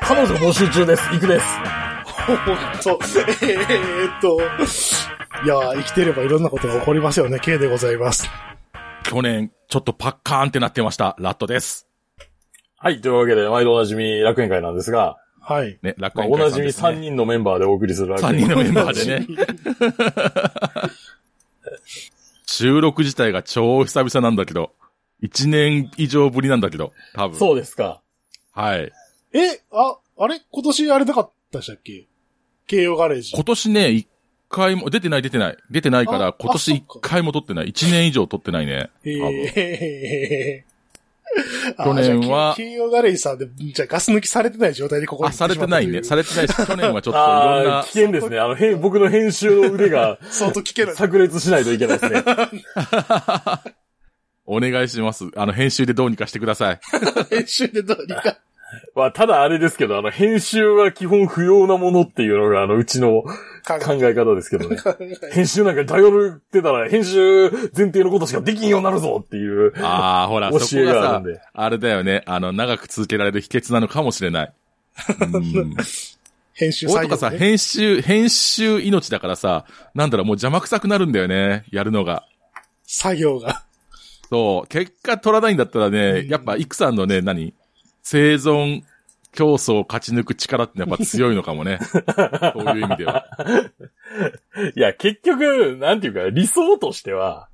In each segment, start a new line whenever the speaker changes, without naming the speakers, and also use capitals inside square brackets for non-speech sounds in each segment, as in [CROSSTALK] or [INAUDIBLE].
彼女募集中です。行くです。
[LAUGHS] そう、えーっと、いやー、生きてればいろんなことが起こりますよね。K でございます。
去年、ちょっとパッカーンってなってました。ラットです。
はい、というわけで、毎度おなじみ楽園会なんですが、
はい。
ね、楽
まあ、
園
お
会
な
さ
じ
ん
み
です
3
ね。
人のメンバーでお送りする楽
3
園会。
人のメンバーでね。収録自体が超久々なんだけど、1年以上ぶりなんだけど、多分。
そうですか。
はい。
え、あ、あれ今年あれなかったでしたっけ慶応ガレージ。
今年ね、1回も、出てない出てない。出てないか
あ
ら、今年
あそっ
1
か
回も撮ってない。1年以上撮ってないね。
え
多分
えー。
去年
[LAUGHS]
は
あじゃあ慶応ガレージさんで、じゃあガス抜きされてない状態でここに
あ、
来て
されてないね。
しま
されてないし、去年はちょっといろん
ああ
な
ー、危、険ですね。あの、へん僕の編集の腕が
ったという相当聞けない。
炸裂しないといけない [LAUGHS] ですね。
お願いします。あの、編集でどうにかしてください。
編集でどうにか。
まあ、ただあれですけど、あの、編集は基本不要なものっていうのが、あの、うちの
考
[LAUGHS] 考え方ですけどね。
え
編集なんか頼ってたら、編集前提のことしかできんようになるぞっていう。
ああ、ほら、
教え
そこが
があ
さ
るんで、
あれだよね。あの、長く続けられる秘訣なのかもしれない。
[LAUGHS]
うん。
編集作
俺と
業、
かさ、
ね。
編集、編集命だからさ、なんだろう、もう邪魔くさくなるんだよね。やるのが。
作業が。
そう。結果取らないんだったらね、やっぱ、イクさんのね、何生存競争を勝ち抜く力ってやっぱ強いのかも
[LAUGHS]
ね。そういう意味では。
いや、結局、なんていうか、理想としては、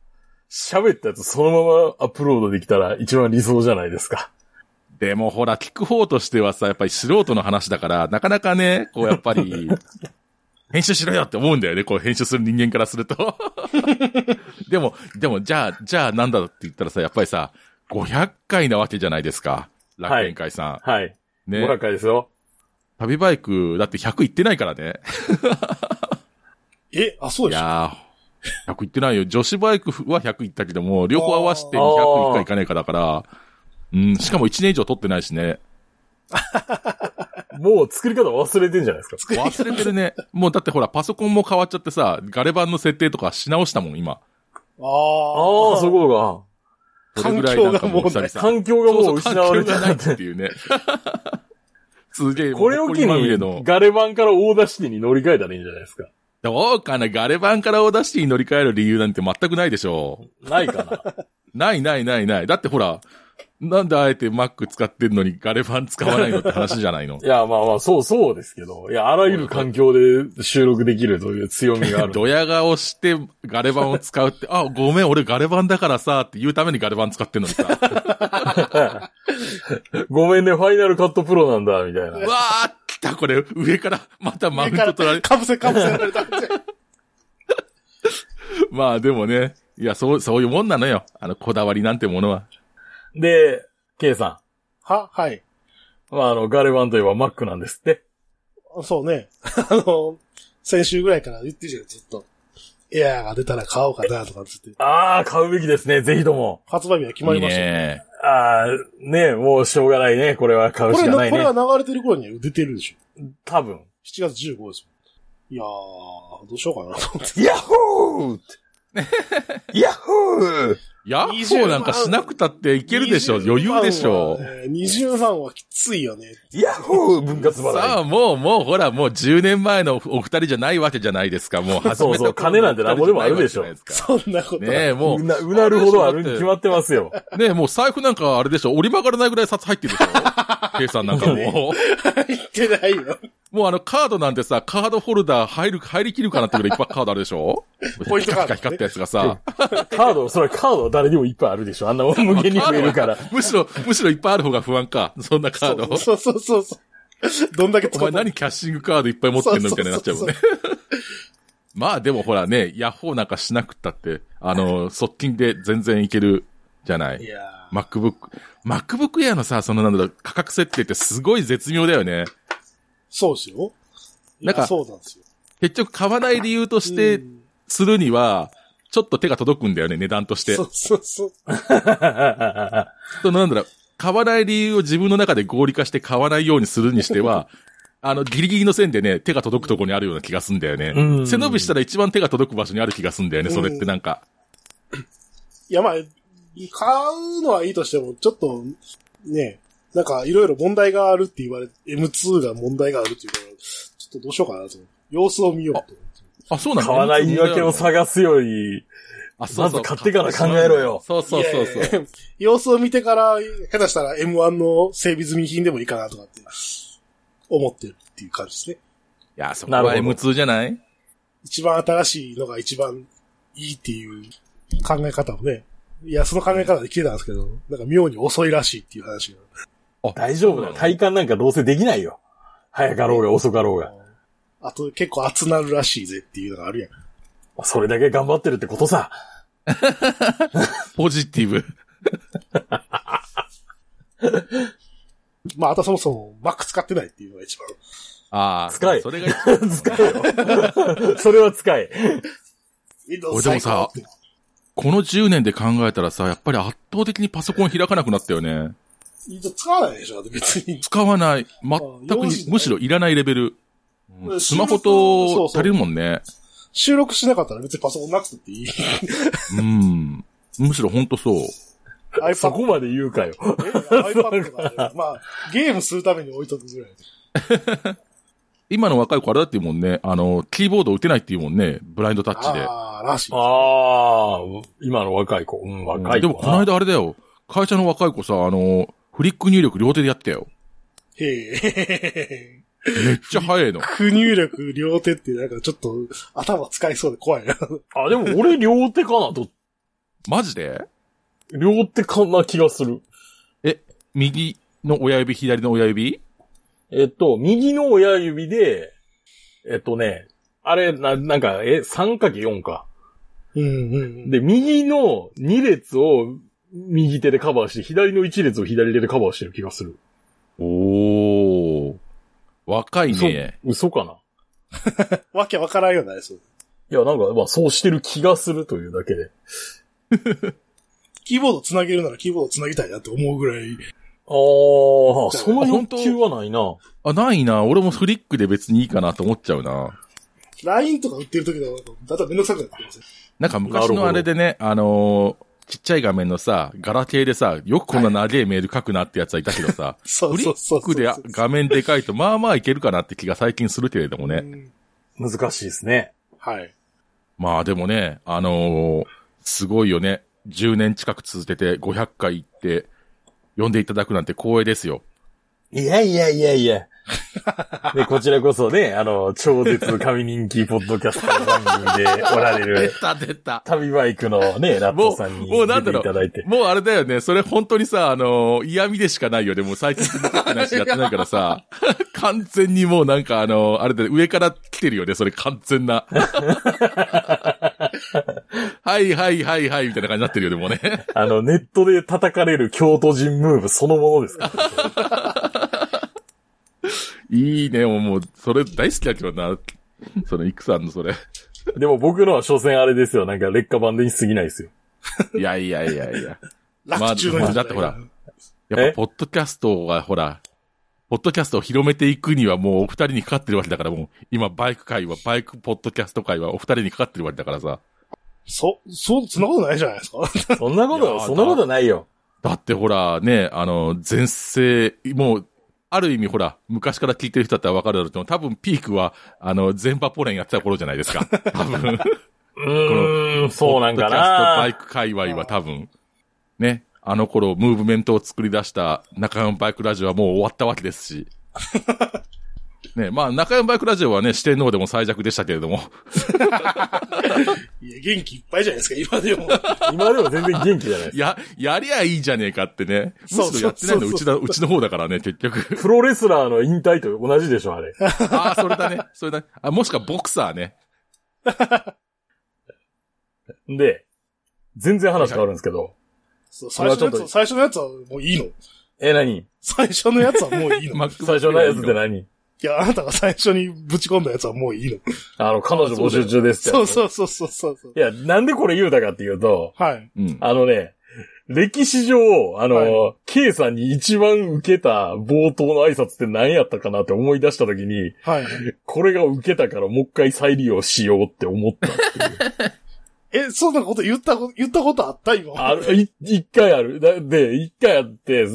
喋ったやつそのままアップロードできたら一番理想じゃないですか。
でもほら、聞く方としてはさ、やっぱり素人の話だから、なかなかね、こうやっぱ
[LAUGHS]
り、編集しろよって思うんだよね、こう編集する人間からすると。 [LAUGHS] でも、でも、じゃあ、じゃあなんだって言ったらさ、やっぱりさ、500回なわけじゃないですか。楽園会さん。
はい。
ね
も。らかですよ。
旅バイク、だって100行ってないからね。
え、あ、そう
い
でしょ
やー、100行ってないよ。女子バイクは100行ったけども、両方合わせて200行くか行かないかだから、うん、しかも1年以上撮ってないしね。
もう作り方忘れてんじゃないですか。
忘れてるね。もうだってほら、パソコンも変わっちゃってさ、ガレ版の設定とかし直したもん、今。
あ
ああ
あ、
ー、そういうことか。
それぐらいなんかもう久々。
環境がも
そううそ
失
う、
われ
環
て
境が
な
ないいってい
[LAUGHS]
うね。すげえ、
これを機
もうほこりまみれ
に
の、
ガレ版からオーダーシティに乗り換えたらいいんじゃないですか。
どうかな、ガレ版からオーダーシティに乗り換える理由なんて全くないでしょ
ないかな。
う。ないないないない。だってほら、なんであえて Mac 使ってんのにガレ版使わないのって話じゃないの
[LAUGHS] [LAUGHS] い。や、まあまあ、そうそうですけど。いや、あらゆる環境で収録できるという強みがある。
ドヤ顔してガレ版を使うって、あ、ごめん、俺ガレ版だからさ、って言うためにガレ版使ってんのにさ。
ごめんね、ファイナルカットプロなんだ、みたいな。
うわー、来た、これ、上から、またマウン
上か
ト取ら
ら
れ、
かぶせかぶせられた。
まあでもね、いや、そう、そういうもんなのよ。あの、こだわりなんてものは。
で、K さ
は、はい。
ん。まあ、あの、ガレ版といえば Mac なんですって。
そうね。あの、先週ぐらいから言ってるじゃん、ずっと。エアーが出たら買おうかな、とかつって。
ああ、買うべきですね、ぜひとも。
発売日が決まりました
いい
よ。
ね
ああ、ねもうしょうがないね。これは買う
こ
し
れ
か
な、
ない
これ
ね。
は流れてる頃には出てるでしょ。
多分。
7月15ですもん。いやー、どうしようかなと思って。
ヤッホーヤッホー
ヤッホーなんかしなくたっていけるでしょ。
20
余裕でしょ
万。はね20万はきついよね。
ヤッホー分割
さ
払い。
あ、もう、もう、ほら、もう10年前のお二人じゃないわけじゃないですか。もう、 [LAUGHS] 始めた頃の
そうそう金なんてなんぼでもあるでしょ
お二人じゃないわ
そんなこ
け
と
じゃないですかねえ、も
う
う、
な、うなるほどあるに決まってますよ。
ねえ、もう財布なんかあれでしょ。折り曲がらないぐらい札入ってる [LAUGHS] でしょ。計算なんかもう。
入ってないよ。
もうあの、カードなんてさ、カードホルダー入る、入りきるかなってぐらいいっぱいカードあるでしょ。
ポイントカードね
ピカピカ光ったやつがさ。
カード、それはカードは誰にもいっぱいあるでしょ。あんな無限に増える [LAUGHS] から。
むしろ、むしろいっぱいある方が不安か。そんなカード。
そうそうそうそう。どんだけ
お
使
前
った
何キャッシングカードいっぱい持ってんのみたいになっちゃうもんね
そ。
まあでもほらね、ヤッホーなんかしなくったって、あの、側近で全然いけるじゃないい。
やー
MacBook、MacBook Air のさ、そのなんだろう、価格設定ってすごい絶妙だよね。
そうですよ。いや
なんか
そうなんですよ。
結局買わない理由とし
う
て
ん、
するには、ちょっと手が届くんだよね、値段として
そ。うそうそう。
そのなんだろう、買わない理由を自分の中で合理化して買わないようにするにしては、あの、ギリギリの線でね、手が届くとこにあるような気がすんだよ
う
ね。
ん
背伸びしたら一番手が届く場所にある気がすんだよね、それってなんか。
いや、まあ、買うのはいいとしても、ちょっと、ね、なんか、いろいろ問題があるって言われ、M2 が問題があるっていうから、ちょっとどうしようかなと。様子を見ようと。
あ、そうなの
買わない言い訳を探すより、
あ
まず買ってから考えろよ
そうそうそうそう。
う。様子を見てから、下手したら M1 の整備済み品でもいいかなとかって、思ってるっていう感じですね。
いや、そこ
なる
は
ほど
M2 じゃない
一番新しいのが一番いいっていう考え方をね。いや、その考え方で聞いたんですけど、なんか妙に遅いらしいっていう話が。
大丈夫だよ。体感なんかどうせできないよ。早かろうが遅かろうが。
あと結構熱なるらしいぜっていうのがあるやん。
それだけ頑張ってるってことさ。
ポジティブ。
まあ、あとそもそも Mac 使ってないっていうのが一番。
ああ。
使え
それが、
使えよ。それは使え。
Windows
俺で
最
もさ
高って
この10年で考えたらさ、やっぱり圧倒的にパソコン開かなくなったよね。
Windows 使わないでしょ、別に。
使わない。全
あ
く
用
に
心、ね
むしろいらないレベル。
うん
スマホ
収
と
録
足りるもんね。
収録しなかったら別にパソコンなくていい。
うん。むしろほんとそう。
[LAUGHS] iPad
そこまで言うかよ。
ね [LAUGHS] iPad とかねまあ、ゲームするために置いとくぐらい。
今の若い子あれだって言うもんね。あの、キーボード打てないって言うもんね。ブラインドタッチで。
ああ、らしい。
ああ、今の若い子。うん、若い子
で
な。
もこの間あれだよ。会社の若い子さ、あの、フリック入力両手でやってたよ。
へえ。
めっちゃ早い
[LAUGHS]
の。
苦入力両手ってなんかちょっと頭使いそうで怖いな。
あ、でも俺両手かなと、
マジで
両手かな気がする。
右の親指、左の親指
えっと、右の親指で、えっとね、あれ、な、なんか、え、3かけ4か。
うんうんうん。
で、右の2列を右手でカバーして、左の1列を左手でカバーしてる気がする。
おー。若いね。
嘘かな
わけわからんようになりそう。
いや、なんか、まあ、そうしてる気がするというだけで。
キーボードつなげるならキーボードつなぎたいなって思うぐらい。
あー、その
あ本
欲
当
求はないな。
あ、ないな。俺もフリックで別にいいかなと思っちゃうな。
LINE とか売ってる時だと、だんだんめんどくさくなってきますよ
なんか
な
昔
るほ
の
ど
あれでね、あのーちっちゃい画面のさ、ガラケーでさ、よくこんな長いメール書くなってやつはいたけどさ、
そう
フリ
そうそう
ッ
そう。
クで画面でかいと、まあまあいけるかなって気が最近するけれども
う
ね。
ん
難しいですね。
はい。
まあでもね、あのーすごいよね。10年近く続けて500回行って、呼んでいただくなんて光栄ですよ。
いやいやいやい
[LAUGHS]
や。で、こちらこそね、あの、超絶神人気ポッドキャスト番組でおられ
[LAUGHS]
る、
た出た。
旅バイクのね、ラッ
も
トさん
う、
に
もうな
出
ん
て
だろ
いただいて
う。。もうあれだよね。それ本当にさ、あのー嫌味でしかないよね。もう最近出てないしやってないか
[LAUGHS]
らさ、完全にもうなんかあのーあれだよ上から来てるよね。それ完全
[LAUGHS]
な。はいはいはいはい、みたいな感じになってるよね、もうね。
あの、ネットで叩かれる京都人ムーブそのものですから。
いいね、もう、もうそれ大好きだけどな。その、イクさんのそれ。 [LAUGHS]
でも僕のは所詮あれですよ。なんか劣化版でに過ぎないですよ。
いやいやいやいや。
楽中の
まあ
人
だってほらや
え
っぱ、ポッドキャストは、ほら、ポッドキャストを広めていくにはもうお二人にかかってるわけだから、もう、今、バイク界は、バイクポッドキャスト界はお二人にかかってるわけだからさ。
そ、そ、そんなことないじゃないですか。 [LAUGHS]
そんなこと
いや
は、
ー
そんなことないよ。
だってほら、ね、あの、前世、もう、ある意味ほら、昔から聞いてる人だったらわかるだろうけど、多分ピークは、あの、全場ポレンやってた頃じゃないですか。多分。
うーん、そうなんか
ポッドキャストバイ
な。
ク界隈は多分、ね、あの頃、ムーブメントを作り出した中山バイクラジオはもう終わったわけです
[LAUGHS]
し。ね、まあ、中山バイクラジオはね、四天王でも最弱でしたけれども、 [LAUGHS]
いや、元気いっぱいじゃないですか、
[LAUGHS]
今でも。
今でも全然元気じゃない
[LAUGHS]
です。
や、やりゃいいじゃねえかってね。む
そう
しろやってないの
そう
う
そう
ちだ、うちの方だからね、結
[LAUGHS]
局。
プロレスラーの引退と同じでしょ、あれ。
ああ、それだね、それだね。あ、もしくはボクサーね。
で、全然話変わるんですけど。
そう
そ
最
れは
初
ち
の
ょっと
やつは、最初のやつはもういいの。
え、何
最初のやつはもうい
[LAUGHS]
いの。
マ
い
ック
最初のやつって何
や、あなたが最初にぶち込んだやつはもう
[LAUGHS]
いいの。
あの、彼女募集中ですって
そ
や
う
つ。
そうそうそうそうそう。
いや、なんでこれ言うたかっていうと、
はい。
うん。
あのね、歴史上、あの、
は
K さんに一番受けた冒頭の挨拶って何やったかなって思い出したときに、
はい。
これが受けたからもう一回再利用しようって思ったっていう。
え、そんなこと言ったこと、言ったことあった今。
ある、い一回ある。だで、一回あって、す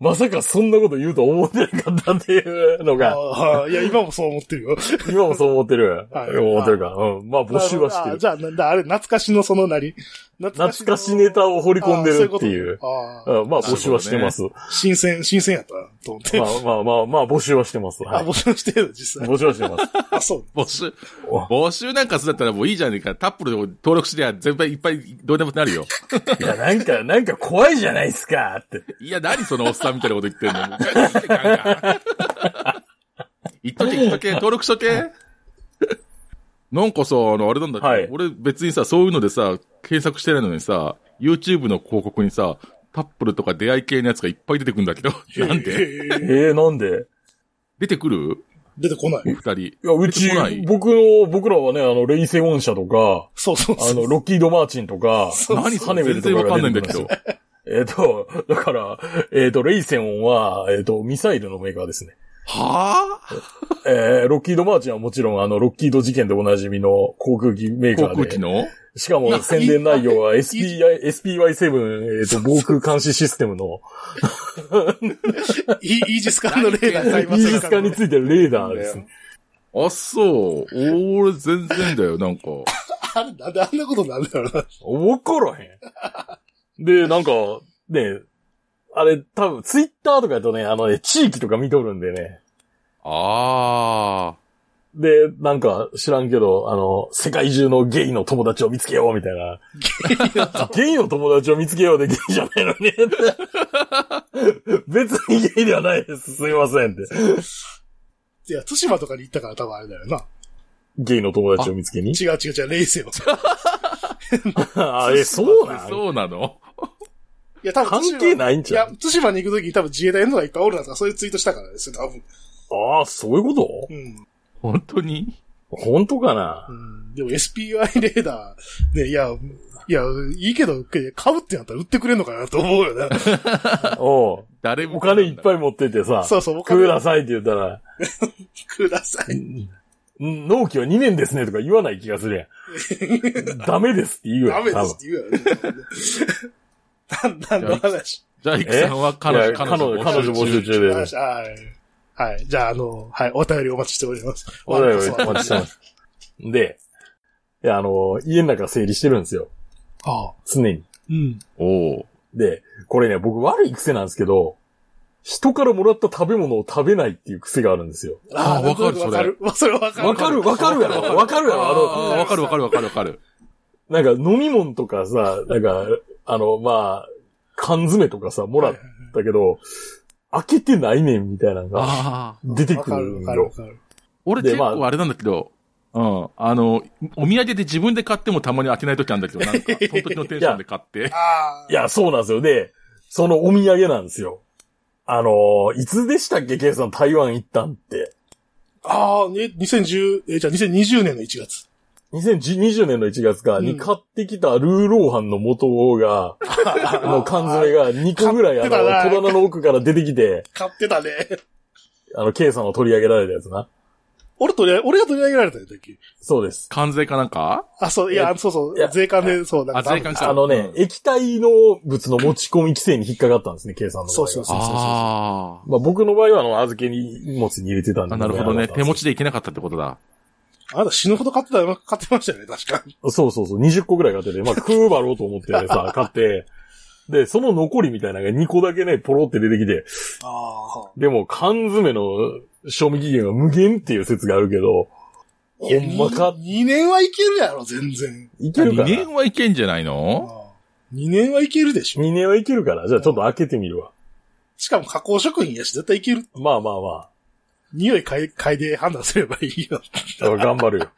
まさかそんなこと言うと思ってなかったっていうのが、
あーいや、今もそう思ってるよ。
今もそう思ってる。
はい
思ってるか。うん。まあ、 [LAUGHS] 募集はして
あ
る。
じゃあ、なんだ、あれ、懐かしのその何懐
懐かしネタを掘り込んでるっていう。
あーそういうこと
うんまあ、募集はしてます。
あー新鮮、新鮮やったなと思っ
[LAUGHS]
て。
まあまあまあ、まあ、募集はしてます。は
あ、
い。
募集してるの、実際。
募集はしてます。
あ、そう。
募集、
お
募集なんかするんだったらもういいじゃねえか。タップルを登録してりゃ全部いっぱいどうでもなるよ。
[LAUGHS] いや、なんか、なんか怖いじゃないですかって。
いや、何そのおっさんみたいなこと言ってん
[LAUGHS]
の。もうガンガンガンガン言っとけ、言っとけ、登録しとけ。なんかさ、あの、あれなんだけど、
はい
俺別にさ、そういうのでさ、検索してないのにさ、YouTube の広告にさ、タップルとか出会い系のやつがいっぱい出てくるんだけど、なんで
へー
ええなんで
出てくる
出てこない。
二人。
いや、うち
出てこない、
僕の、僕らはね、あの、レイセオン社とか、
そうそうそう。
あの、ロッキード・マーチンとか、
何
ハネウェルとかが出てくるんですよ。 [LAUGHS] えっと、だから、えっ、と、レイセオンは、えっ、と、ミサイルのメーカーですね。
はぁ、
えー、ロッキード・マーチンはもちろん、あの、ロッキード事件でおなじみの航空機メーカ
航
ー
空
で
機。の
しかも、宣伝内容は SPI、SPY7、えっ、と、防空監視システムの、
イイージス艦のレーダー買
イ
いません
ージス艦についてるレーダーですね。
あ、そう。俺全然だよ、な
[LAUGHS]
んか。
あれ、なんであんなことになるんだろうな。
わからへん。で、なんか、ね、あれ、多分、ツイッターとかやとね、あのね、地域とか見とるんでね。
あ
で、なんか、知らんけど、あの、世界中のゲイの友達を見つけよう、みたいな。ゲイの友達を見つけようでゲイじゃないのに。別にゲイではないです。すいませんって。
いや、津島とかに行ったから多分あれだよな。
ゲイの友達を見つけに。
違う違う違う、冷静を。い
あ、え、そう
あ。
なん
そうなの
や、多分
関係ないんちゃう
いや、津島に行くときに多分自衛隊のがいっぱいおるなとか、そういうツイートしたからですよ、多分。
ああ、そういうこと
うん。
本当に
本当かな
うん、でも SPI レーダー、ね、いや、いや、いいけど、け買うってなったら売ってくれんのかなと思うよ
[LAUGHS]
な。
おう
誰も。
お金いっぱ
い。
い持っててさ、
そうそう、お
くだ
金
さいって言ったら、
ください。
うん納期は2年ですねとか言わない気がするやん。 [LAUGHS] ダメですって言うや
ダ
ん。
メですって言うやろ。 [LAUGHS] なんの話
じゃあ、イクさんは
多分
彼
い
女、
や
彼女、
彼女募集中で、ね。
話はい。はい。じゃあ、あの、はい、お便りお待ちしております。
我々お待ちしてます。で、いや、あの、家の中整理してるんですよ。
ああ。
常に。
うん。
おう
で、これね、僕悪い癖なんですけど、人からもらった食べ物を食べないっていう癖があるんですよ。
ああ
なんとなく
わ
わ
か
か
る
る。わそれわかる。
わかるわかるやろわかるやろあ
あーわかるわかるわかるわかる。
の、なんか飲み物とかさ、なんか、あの、まあ、缶詰とかさ、もらったけど、開けてないねんみたいなのが
ああ。
出て
わ
く
か
る
る
ん
わかる
よ
わ。かる。
俺
で
結
ま
構
あ
あれなんだけど、うん。あの、お土産で自分で買ってもたまに当てない時あるんだけど、なんか、その時のテンションで買って。
ああ。
いや、そうなんですよ。で、そのお土産なんですよ。あのーいつでしたっけ、ケイさん、台湾行ったんって。
ああ、ね、2010、え、じゃあ2020年の1月。
2020年の1月か、
うん
に買ってきたルーローハンの元
[LAUGHS]
が、の缶詰が2個ぐらいあの、
買ってたな
戸棚の奥から出てきて、
買ってたね。
あの、ケイさんを取り上げられたやつな。
俺取り上げ、俺が取り上げられたんだっけ
そうです。
関税かなんか
あ、そう、いや、そうそう
いや、
税関で、そう、なんか
あ、
ダメ
税関か。
あのね、
うん
液体の物の持ち込み規制に引っかかったんですね、ケイさんの場合は。
そうそうそうそうそう。
あ
まあ僕の場合は、あの、預けに荷物に入れてたん
ー
で。
あ。なるほどね。手持
ち。
ちでいけなかったってことだ。
あなた死ぬほど買ってたよ、買ってましたよね、確か。
そうそうそう、20個ぐらい買ってて、まあ食うだろうと思って [LAUGHS] さ、買って、で、その残りみたいなのが2個だけね、ポロって出てきて、
ああ。
でも缶詰の賞味期限は無限っていう説があるけど、ほんまか、
2年はいけるやろ、全然。
いけるか
2
な
年はいけんじゃない
あ
の
2年はいけるでしょ。
?2 年はいけるから、じゃあちょっと開けてみるわ。
しかも加工食品やし、絶対いける。
まあまあま
匂い嗅い嗅いで判断すればいいよ。
あ、頑張るよ。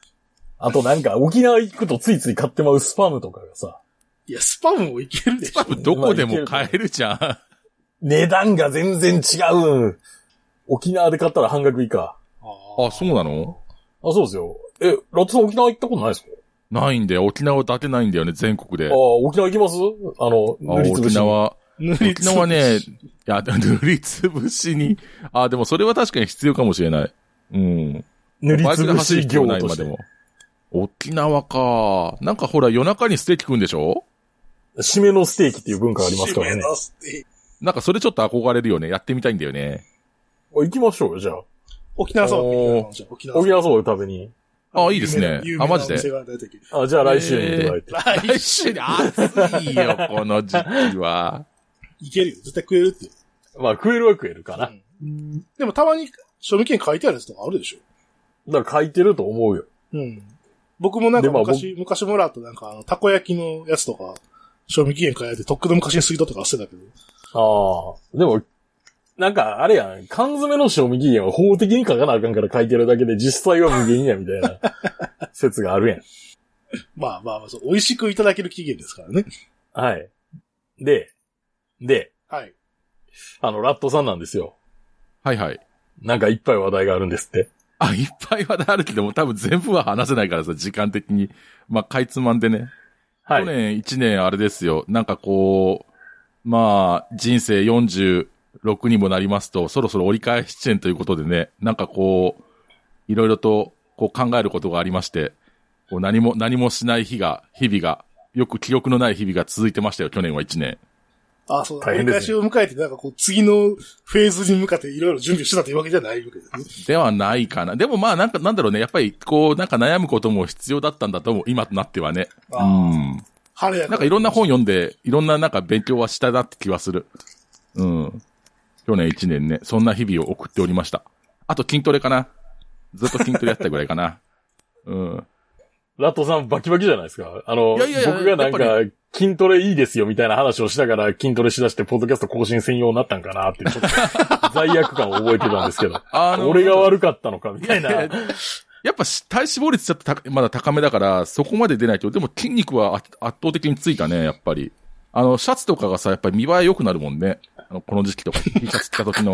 [LAUGHS] あとなんか、沖縄行くとついつい買ってまうスパムとかがさ、
いや、スパムもいけるでしょ。
どこでも買えるじゃん。
値段が全然違う。沖縄で買ったら半額以下。
あ、そうなの
あ、そうですよ。え、ラッツさん沖縄行ったことないですか
ないんだよ。沖縄だけないんだよね、全国で。
ああ、沖縄行きますあの、
あ
塗りつぶ
沖
しに。
縄。
塗り
沖
つぶし
縄ね、いや、塗りつぶしに。あ、でもそれは確かに必要かもしれない。うん。
塗り
バイ
つ
クで
ぶ
走る
し
必要
業
ない
と
ま
して
でも。沖縄か。なんかほら、夜中にステーキ食うんでしょ
締めのステーキっていう文化ありますから
締め
ね。
のステー [LAUGHS] キ
なんかそれちょっと憧れるよね。やってみたいんだよね。
お行きましょうよ、じゃあ。
沖縄そばって言うじゃあ沖縄
沖縄そばを食べに。
ばあいいですね
有名な
あマジで
有名なお店が出てきて
あ、じゃあ来週にいただいて。
来週に暑い [LAUGHS] よ、この時期は。
いけるよ。絶対食えるって。
まあ、食えるは食えるかな。
でもたまに賞味期限書いてあるやつとかあるでしょ。
だから書いてると思うよ。
うん。僕もなんか
でまあ
昔、昔もらったなんかあの、たこ焼きのやつとか、賞味期限変えて、とっくの昔に過ぎとったから捨てたけど。
ああ。でも、なんか、あれやん。缶詰の賞味期限は法的に書かなあかんから書いてるだけで、実際は無限や、みたい
[LAUGHS]
な説があるやん。
まあまあまあそう、美味しくいただける期限ですからね。
はい。で、で、
はい。
あの、ラットさんなんですよ。
はいはい。
なんかいっぱい話題があるんですって。
あ、いっぱい話題あるけども、多分全部は話せないからさ、時間的に。まあ、かいつまんでね。
はい。
去年1年あれですよ。なんかこう、まあ、人生46にもなりますと、そろそろ折り返し地点ということでね、なんかこう、いろいろとこう考えることがありまして、こう何も、何もしない日が、日々が、よく記憶のない日々が続いてましたよ、去年は1年。
あそうだ、
大
折
変
り
ですね
返しを迎えて、なんかこう、次のフェーズに向かっていろいろ準備してたというわけじゃないわけですね。
では [LAUGHS] ないかな。でもまあ、なんか、なんだろうね、やっぱりこう、なんか悩むことも必要だったんだと思う、今となってはね。
あ
うん。
晴れや
なんかいろんな本読んで、いろんななんか勉強はしたなって気はする。うん。去年1年ね、そんな日々を送っておりました。あと筋トレかな。ずっと筋トレやってたぐらいかな。うん。
ラットさんバキバキじゃないですか。あの、
いやいやいや
僕がなん
やっ
か、筋トレいいですよみたいな話をしながら筋トレしだして、ポッドキャスト更新専用になったんかなって、ちょっ
[LAUGHS]
と罪悪感を覚えてたんですけど。
あ
俺が悪かったのかみたいな。
や [LAUGHS] やっぱし体脂肪率ちょっと高まだ高めだから、そこまで出ないけど、でも筋肉は圧圧倒的についたね、やっぱり。あの、シャツとかがさ、やっぱり見栄え良くなるもんね。あの、この時期とか、T シャツ着た
[LAUGHS]
時の、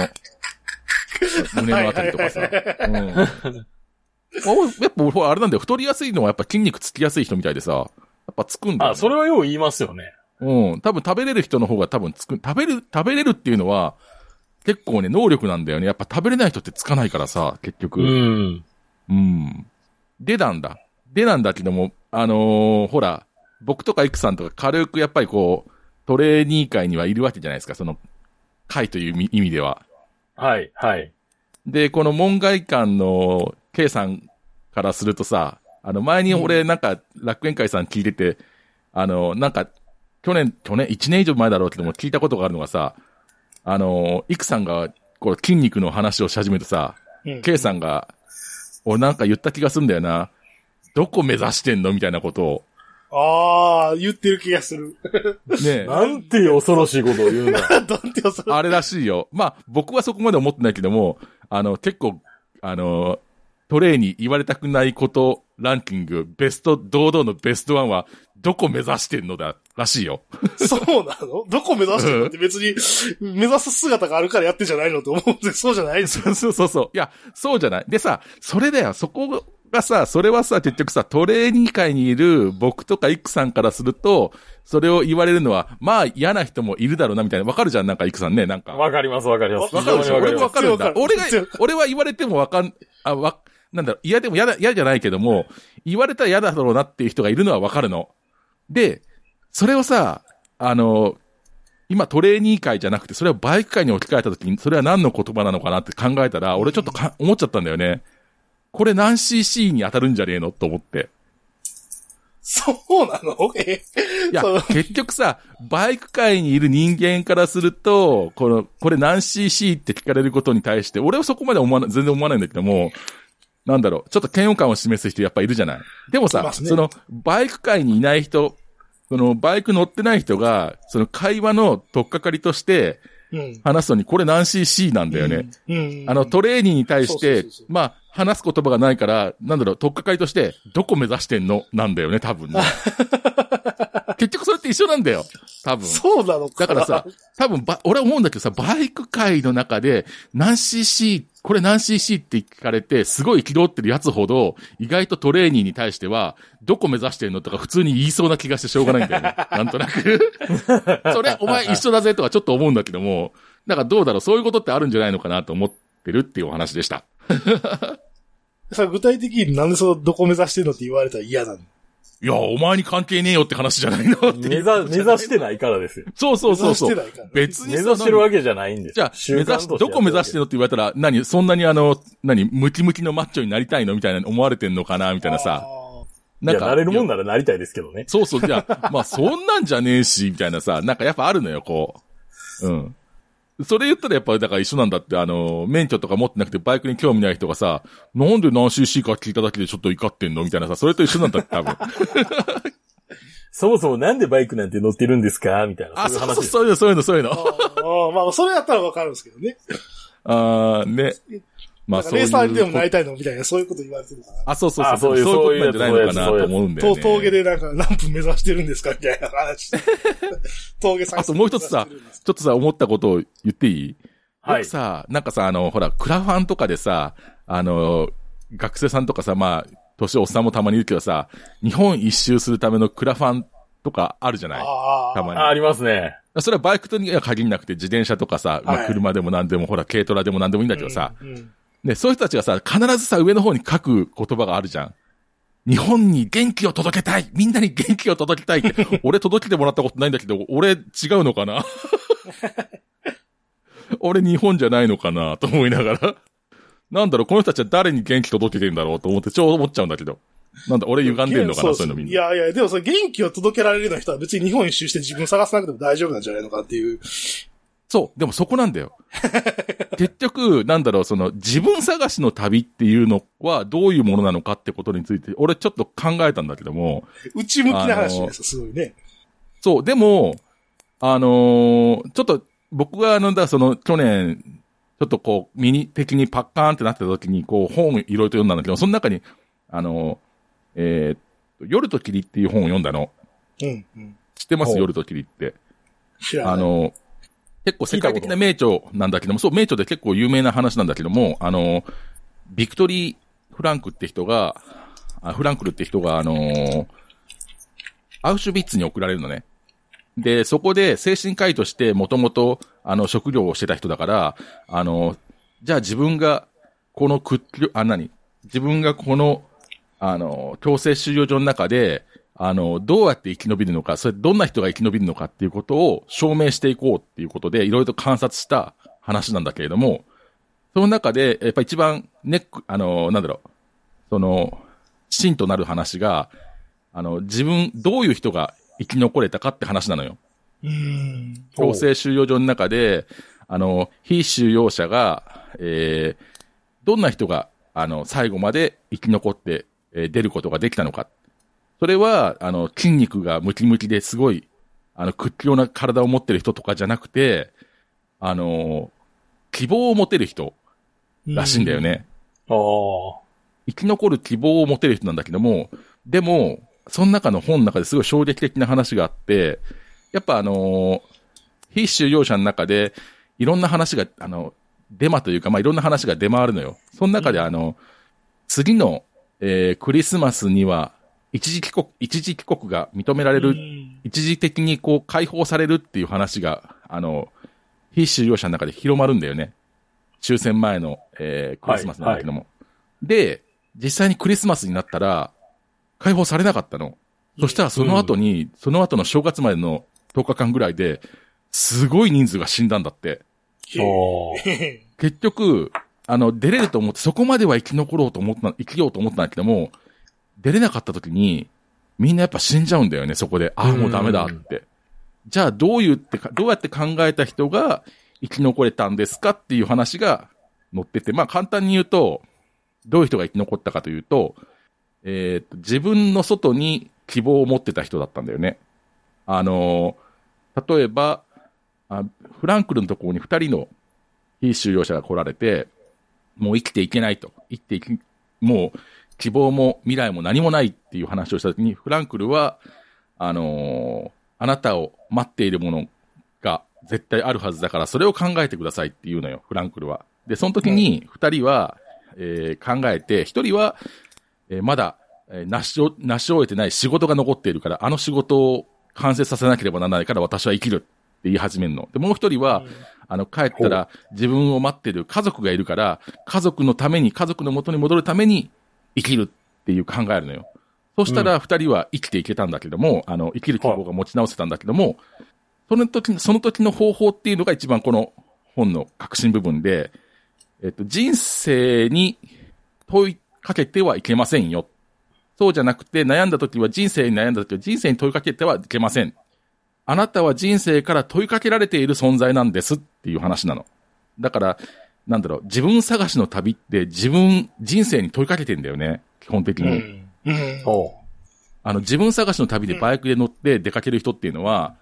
胸のあたりとかさ。
はい
うん。まあ俺やっぱ俺、あれなんだよ、太りやすいのはやっぱ筋肉つきやすい人みたいでさ、やっぱつくんだよ、
あ、それはよう言いますよね。
うん。多分食べれる人の方が多分つく、食べる、食べれるっていうのは、結構ね、能力なんだよね。やっぱ食べれない人ってつかないからさ、結局。
うん。
うん。でなんだ。でなんだけども、あのーほら、僕とかイクさんとか軽くやっぱりこう、トレーニー会にはいるわけじゃないですか、その、会という意味意味では。
はい、はい。
で、この門外観の K さんからするとさ、あの、前に俺なんか、楽園会さん聞いてて、あの、なんか、去年、去年、1年以上前だろうけども、聞いたことがあるのがさ、あの、イクさんが、こう、筋肉の話をし始めてさ、
うん
K さんが、俺なんか言った気がするんだよな。どこ目指してんのみたいなことを。
ああ、言ってる気がする。 [LAUGHS]
ねえ
なんていう恐ろしいことを言うんだ。
どんてよ、それ。 [LAUGHS]
あれらしいよ。まあ、僕はそこまで思ってないけども、あの、結構、あの、トレイに言われたくないことランキング、ベスト、堂々のベストワンは、どこ目指してんのだ、らしいよ。
そうなのどこ目指してるのって別に、目指す姿があるからやってんじゃないのと思うんで、そうじゃない
[LAUGHS]
ですよ。
そうそうそうそう。いや、そうじゃない。でさ、それだよ。そこがさ、それはさ、結局さ、トレーニー会にいる僕とかイクさんからすると、それを言われるのは、まあ嫌な人もいるだろうな、みたいな。わかるじゃんなんかイクさんね、なんか。
わかります、わかります。
わかるでしょ
非常にわかり
俺も
ま
わ
す
かるんだ。
強く
俺が
強く、
俺は言われてもわかん、あ、わ、なんだろう、嫌でも嫌だ、嫌じゃないけども、言われたら嫌だろうなっていう人がいるのはわかるの。で、それをさ、あの、今トレーニー会じゃなくて、それをバイク会に置き換えた時に、それは何の言葉なのかなって考えたら、俺ちょっとか思っちゃったんだよね。これ何 cc に当たるんじゃねえのと思って。
そうなの [LAUGHS] え
いや
そう、
結局さ、バイク界にいる人間からすると、この、これ何 cc って聞かれることに対して、俺はそこまで思わな、全然思わないんだけども、なんだろう、ちょっと嫌悪感を示す人やっぱいるじゃない。でも
い
さ、
ますね
その、バイク界にいない人、その、バイク乗ってない人が、その会話の取っかかりとして
うん。
話すのに、これ何 cc なんだよね。
うん。
あの、トレーニーに対し
そうそう
て
そうそう、
まあ、話す言葉がないから、なんだろう、特化会として、どこ目指してんのなんだよね、
[LAUGHS]
多分ね。結局それって一緒なんだよ、多分。
そうなのか。
だか
[LAUGHS]
らさ、多分ば、俺は思うんだけどさ、バイク界の中で、何 cc、これ何 cc って聞かれて、すごい憤ってるやつほど、意外とトレーニーに対しては、どこ目指してんのとか普通に言いそうな気がしてしょうがないん
[LAUGHS]
だよね。なんとなく。それ、お前一緒だぜとはちょっと思うんだけども、だからどうだろう、そういうことってあるんじゃないのかなと思ってるっていうお話でした。
さ、具体的になんでその、どこ目指してんのって言われたら嫌なの。
いや、お前に関係ねえよって話じゃないのって。
目指、目指してないからですよ。
そうそうそうそ
目
う。
指してないから。
別に
目指してるわけじゃないんです。
じゃあ、目指し、どこ目指してん
る
のって言われたら、何、そんなにあの、何、ムキムキのマッチョになりたいのみたいな思われてんのかなみたいなさ。
あ
い
な
や、
んか。
なれるもん
いや
ならなりたいですけどね。
そうそう、じゃあ、まあ、そんなんじゃねえし、みたいなさ、なんかやっぱあるのよ、こう。うん。それ言ったらやっぱ、だから一緒なんだって、あの、免許とか持ってなくてバイクに興味ない人がさ、なんで何 cc か聞いただけでちょっと怒ってんのみたいなさ、それと一緒なんだって
[LAUGHS]
多分。
そもそもなんでバイクなんて乗ってるんですかみたいな。
あ、
そういう
そう
話
そう、
です。
そういうの、そういうの、そういう
ー
の。
あー。まあ、それやったらわかるんですけどね。
あー、ね。 [LAUGHS] ま
な
あ、
んか
そうい
レー
う
サーにでも
こ
なりたいのみたいな、そういうこと言われてるから。
あ、そうそう
あそ
そうう。
いう
そういうことなんじゃないのかな
そういうや
と
つ
思うんだよ
と
ね。
峠でなんか何分目指してるんですかみたいな話。峠さん。
あともう一つさちょっとさ、思ったことを言っていい
は
よ
い
く。さ、なんかさ、あの、ほら、クラファンとかでさ、あの、学生さんとかさ、まあ、年おっさんもたまにいるけどさ、日本一周するためのクラファンとかあるじゃない
あー
たま
あ、ありますね。
それはバイクとには限らなくて、自転車とかさ、ま
は
あ、
い
車でも何でも、ほら、軽トラでも何でもいいんだけどさ、
うんうん
ね、そういう人たちがさ、必ずさ、上の方に書く言葉があるじゃん。日本に元気を届けたいみんなに元気を届けたいって、俺届けてもらったことないんだけど、俺違うのかな俺日本じゃないのかなと思いながら。なんだろう、この人たちは誰に元気届けてんだろうと思って、ちょうど思っちゃうんだけど。なんだ、俺歪んでんのかな、そういうのみん
い
な。
やいや、でもそれ元気を届けられるような人は別に日本一周して自分探さなくても大丈夫なんじゃないのかっていう。
そう、でもそこなんだよ。結局、なんだろう、その、自分探しの旅っていうのはどういうものなのかってことについて、俺ちょっと考えたんだけども、
内向きな話です、すごいね。
そう、でも、あのーちょっと、僕があの、だからその、去年、ちょっとこう、ミニ的にパッカーンってなってた時に、こう、本をいろいろと読んだんだけど、その中に、あのーえー夜と霧っていう本を読んだの。
うん。うん
知ってま
ほ
す
う
夜と霧って。
知らない。
あのー結構世界的な名著なんだけども、そう、名著で結構有名な話なんだけども、あのービクトリー・フランクって人が、あフランクルって人が、あのーアウシュビッツに送られるのね。で、そこで精神科医としてもともと、あの、職業をしてた人だから、あの、じゃあ自分が、この屈強、あ、何自分がこの、あの、強制収容所の中で、あの、どうやって生き延びるのか、それどんな人が生き延びるのかっていうことを証明していこうっていうことで、いろいろと観察した話なんだけれども、その中で、やっぱ一番ネック、あの、なんだろう、その、真となる話が、あの、自分、どういう人が生き残れたかって話なのよ。
うん。
強制収容所の中で、あの、非収容者が、えーどんな人が、あの、最後まで生き残って、えー出ることができたのか。それは、あの、筋肉がムキムキですごい、あの、屈強な体を持ってる人とかじゃなくて、あの、希望を持てる人らしいんだよね。
ああ。
生き残る希望を持てる人なんだけども、でも、その中の本の中ですごい衝撃的な話があって、やっぱあのー非収容者の中で、いろんな話が、あの、デマというか、まあ、いろんな話が出回るのよ。その中であの、次の、えークリスマスには、一時帰国、一時帰国が認められ
う
る
ん。
一時的にこう解放されるっていう話が、あの、非収容者の中で広まるんだよね。抽選前の、えークリスマスなんだけども。で、実際にクリスマスになったら、解放されなかったの。そしたらその後に、その後の正月までの10日間ぐらいで、すごい人数が死んだんだって。
へ
あ
ー
あ。
結局、あの、出れると思って、そこまでは生き残ろうと思った、生きようと思ったんだけども、出れなかった時に、みんなやっぱ死んじゃうんだよね、そこで。ああ、もうダメだって。じゃあ、どういうってか、どうやって考えた人が生き残れたんですかっていう話が載ってて、まあ簡単に言うと、どういう人が生き残ったかというと、えーと自分の外に希望を持ってた人だったんだよね。あのー例えば、あフランクルのところに二人の非収容者が来られて、もう生きていけないと。生きていき、もう希望も未来も何もないっていう話をしたときに、フランクルは、あのーあなたを待っているものが絶対あるはずだから、それを考えてくださいって言うのよ、フランクルは。で、その時に二人は、えー考えて、一人は、えーまだ、えー成しを、成し終えてない仕事が残っているから、あの仕事を完成させなければならないから私は生きるって言い始めるの。で、もう一人は、あの、帰ったら自分を待ってる家族がいるから、家族のために、家族の元に戻るために、生きるっていう考えるのよ。そしたら二人は生きていけたんだけども、あの、生きる希望が持ち直せたんだけども、その時、その時の方法っていうのが一番この本の核心部分で、えっと、人生に問いかけてはいけませんよ。そうじゃなくて、悩んだ時は人生に悩んだ時は人生に問いかけてはいけません。あなたは人生から問いかけられている存在なんですっていう話なの。だから、なんだろう、自分探しの旅って自分、人生に問いかけてんだよね。基本的
う
に。
ん。うん。
おう
あの、自分探しの旅でバイクで乗って出かける人っていうのは、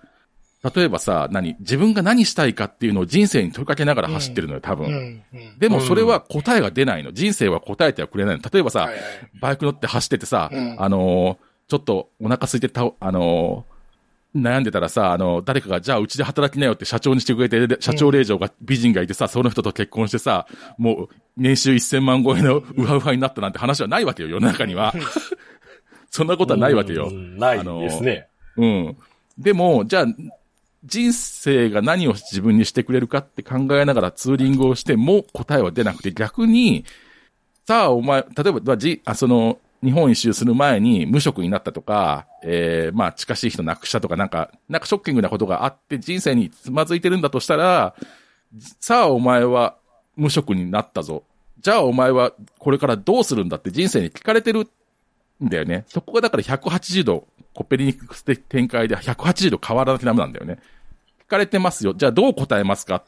例えばさ、何自分が何したいかっていうのを人生に問いかけながら走ってるのよ、多
うん。う
分。
ん。
でもそれは答えが出ないの。人生は答えてはくれないの。例えばさ
はい、はい
[LAUGHS] バイク乗って走っててさ、
うん
あのーちょっとお腹空いてた、あのー悩んでたらさ、あのー誰かが、じゃあうちで働きなよって社長にしてくれて、で社長令嬢が、美人がいてさ、その人と結婚してさ、もう年収1000万超えのうわうわになったなんて話はないわけよ、世の中には。 [LAUGHS] そんなことはないわけよ。
うんないですね。
うん。でも、じゃあ、人生が何を自分にしてくれるかって考えながらツーリングをしても答えは出なくて、逆に、さあお前、例えばまあ、じ、あ、その、日本一周する前に無職になったとか、ええまあ近しい人亡くしたとか、なんか、なんかショッキングなことがあって人生につまずいてるんだとしたら、さあお前は無職になったぞ。じゃあお前はこれからどうするんだって人生に聞かれてるんだよね。そこがだから180度、コペリニクス的展開で180度変わらなきゃダメなんだよね。聞かれてますよ。じゃあどう答えますか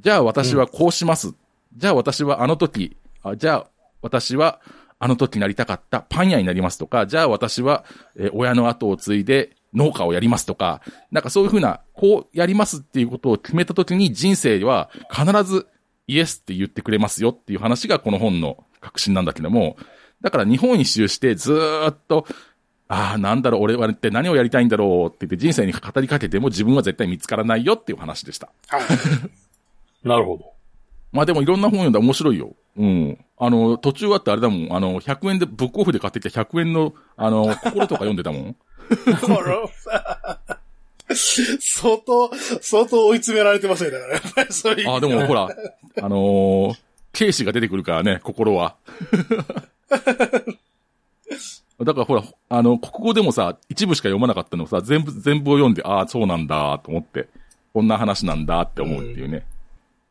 じゃあ私はこうします。じゃあ私はあの時、あじゃあ私はあの時なりたかったパン屋になりますとか、じゃあ私はえー親の後を継いで農家をやりますとか、なんかそういうふうな、こうやりますっていうことを決めた時に人生は必ずイエスって言ってくれますよっていう話がこの本の核心なんだけども、だから日本一周してずーっと、ああ、なんだろう、俺はって何をやりたいんだろうって言って人生に語りかけても自分は絶対見つからないよっていう話でした。
なるほど。
まあでもいろんな本読んだら面白いよ。うん。あの、途中あってあれだもん、あの、100円で、ブックオフで買ってきた100円の、あの、心とか読んでたもん。
この相当、相当追い詰められてますね、だから。やっぱりそういう。
ああ、でもほら、あのー、軽視が出てくるからね、心は。 [LAUGHS] だからほら、あの、国語でもさ、一部しか読まなかったのをさ、全部、全部を読んで、ああ、そうなんだ、と思って、こんな話なんだって思うっていうね。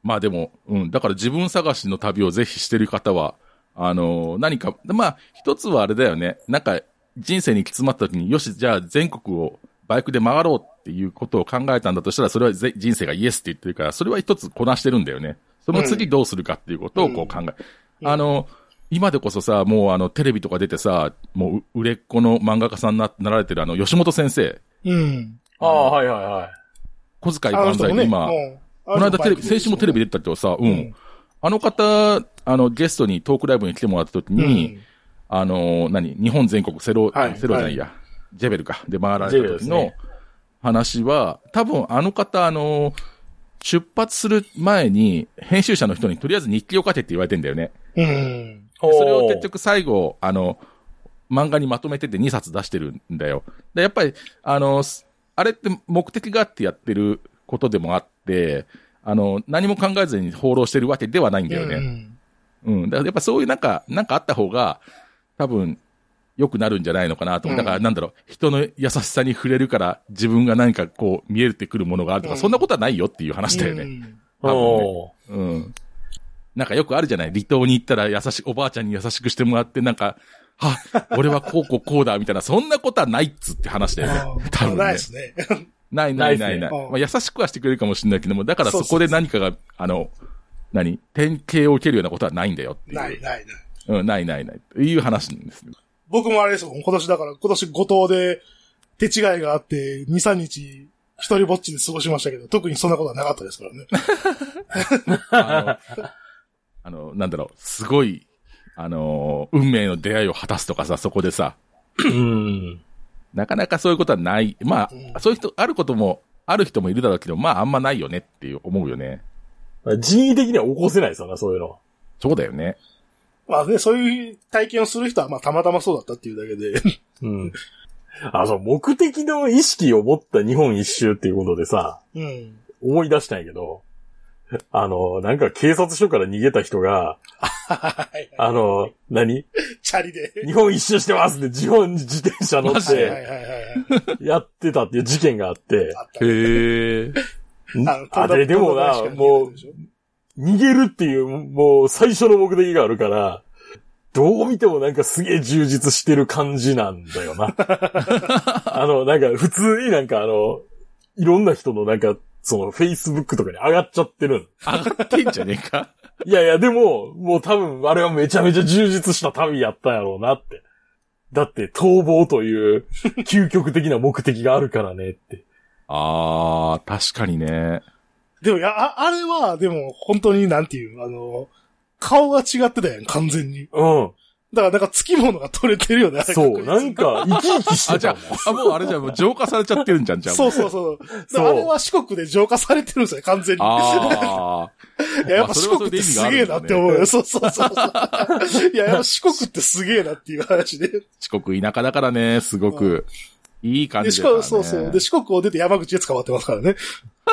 まあでも、うん、だから自分探しの旅をぜひしてる方は、あのー何か、まあ、一つはあれだよね、なんか、人生に行き詰まった時に、よし、じゃあ全国をバイクで回ろうっていうことを考えたんだとしたら、それはぜ人生がイエスって言ってるから、それは一つこなしてるんだよね。その次どうするかっていうことをこう考え、あの、今でこそさ、もうあの、テレビとか出てさ、もう売れっ子の漫画家さんにななられてるあの、吉本先生、
うん。
ああ、はいはいはい。
小遣い
あの
漫
人
才
も
で
ね、も
今、
う
この間テレビ、先週もテレビ
で。
出てたけどさ、うん。
うん
あの方、あの、ゲストにトークライブに来てもらった時
う
に、
ん。
あの、何日本全国セロ、
はい
セロじゃないや、ジェベルか。で回られ
ジェベ
た
ルで
時
す
の
ね
話は、多分あの方、あの、出発する前に、編集者の人にとりあえず日記を書けって言われてんだよね。
うん。
お
で
ー
それを結局最後、あの、漫画にまとめてて2冊出してるんだよ。で、やっぱり、あの、すあれって目的があってやってることでもあって、あの、何も考えずに放浪してるわけではないんだよ
う
ね。
ん
うん。だからやっぱそういうなんか、なんかあった方が、多分、良くなるんじゃないのかなと思う。
うん
だからなんだろう、人の優しさに触れるから、自分が何かこう、見えてくるものがあるとか、
うん
そんなことはないよっていう話だよね。
うん
多分ね
おー
うん。なんかよくあるじゃない離島に行ったら優しい、おばあちゃんに優しくしてもらって、なんか、は、俺はこうこうこうだ、みたいな、そんなことはないっつって話だよね。 [LAUGHS] 多分
ない
ね
で。すね。 [LAUGHS]
ないないないな
ないっ
い。
すね
まあ、優しくはしてくれるかもしれないけども、だからそこで何かが、あの、何典型を受けるようなことはないんだよっていう。
ないないない。
うん、ないないない。という話なんですね。
僕もあれですもん、今年だから、今年五島で手違いがあって、2、3日、一人ぼっちで過ごしましたけど、特にそんなことはなかったですからね。[LAUGHS]
[LAUGHS] あのあの、なんだろう、すごい、あの、運命の出会いを果たすとかさ、そこでさ、
うん。
なかなかそういうことはない。ま
う
あ、
ん
そういう人、あることも、ある人もいるだろうけど、まあ、あんまないよねっていう思うよね。
人為的には起こせないですよね、そういうのは。
そうだよね。
まあね、そういう体験をする人は、まあたまたまそうだったっていうだけで。
[LAUGHS]
うん。あ、そう、目的の意識を持った日本一周っていうことでさ、
うん。
思い出したんやけど、あの、なんか警察署から逃げた人が、
はいは
あの、何
い。チャリで。
日本一周してますって日本自転車乗
マ
っ
ジ
はいは
て
いはいはいはい。
やってたっていう事件があって、
あった。
へえ。
の
[LAUGHS]
あれでもな
友達から逃げたでしょ
逃げるっていうもう最初の目的があるから、どう見てもなんかすげえ充実してる感じなんだよ
[LAUGHS]
な。あの、なんか普通になんかあの、いろんな人のなんか、その Facebook とかに上がっちゃってるん。
上がってんじゃねえか
いやいや、でも、もう多分、あれはめちゃめちゃ充実した旅やったんやろうなって。だって、逃亡という、究極的な目的があるからねって。
[LAUGHS] あー、確かにね。
でも、いや、ああれは、でも、本当になんていう、あの、顔が違ってたやん、完全に。
うん。
だから、なんか、つきものが取れてるよね、あれ
そう。
確
な
実に
んか、生き生きして
あ、じ
た
ゃ
もん。
あ、あ、もうあれじ [LAUGHS] ゃん、もう浄化されちゃってるんじゃん、じゃあ。。
そううそうそう。だ
そう
からあれは四国で浄化されてるんですよ、完全に。
あ
いや、やっ
まあ
ぱ
それ
四
はそれ
国って
で意味
す
がある
げえ
んだ
な
よ
っ
ね
て思うよ。そうそうそうそう。いや、やっぱ四国ってすげえなっていう話で。
ー、四国田舎だからね、すごく。いい感
で、
じ
四
だ、ね。
国、そうそう。で、四国を出て山口で捕まってますからね。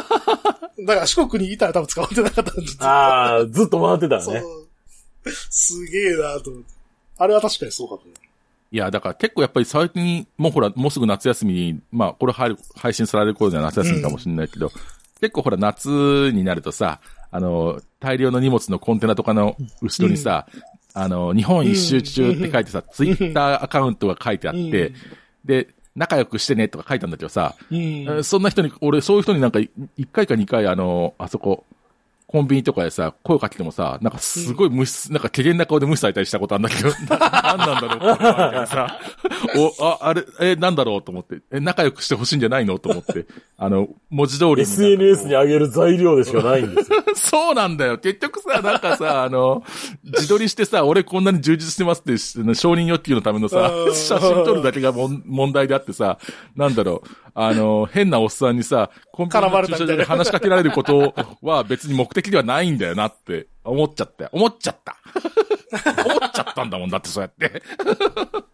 だから四国にいたら多分捕まってなかったんです
ああ、ずっと回ってた
そ
ね。
う。すげえなと思って。あれは確かにそうかもね。
いや、だから結構やっぱり最近、もうほら、もうすぐ夏休みに、まあ、これ入る、配信される頃には夏休みかもしれないけど、結構ほら、夏になるとさ、あの、大量の荷物のコンテナとかの後ろにさ、あの、日本一周中って書いてさ、ツイッターアカウントが書いてあって、
うん
で、仲良くしてねとか書いたんだけどさ、
うん。
そんな人に、俺、そういう人になんか、い一回か二回、あの、あそこ、コンビニとかでさ、声かけてもさ、なんかすごい無視、なんか怪げな顔で無視されたりしたことあるんだけど、ななんなんだろうこれはみたいなさ、お、あ、あれ、え、なんだろうと思って、え、仲良くしてほしいんじゃないのと思って、あの、文字通りになんかこう
SNS に上げる材料でしかないんですよ。
そうなんだよ。結局さ、なん
[LAUGHS]
かさ、あの、自撮りしてさ、俺こんなに充実してますってし、承認欲求のためのさ
う、ん
[LAUGHS] 写真撮るだけがもん問題であってさ、なんだろう、あの、変なおっさんにさ、コンビニの駐車場で話しかけられることは別に目的ではないんだよなって思っちゃったよ。思っちゃった。 [LAUGHS] 思っちゃったんだもんだってそうやって。 [LAUGHS]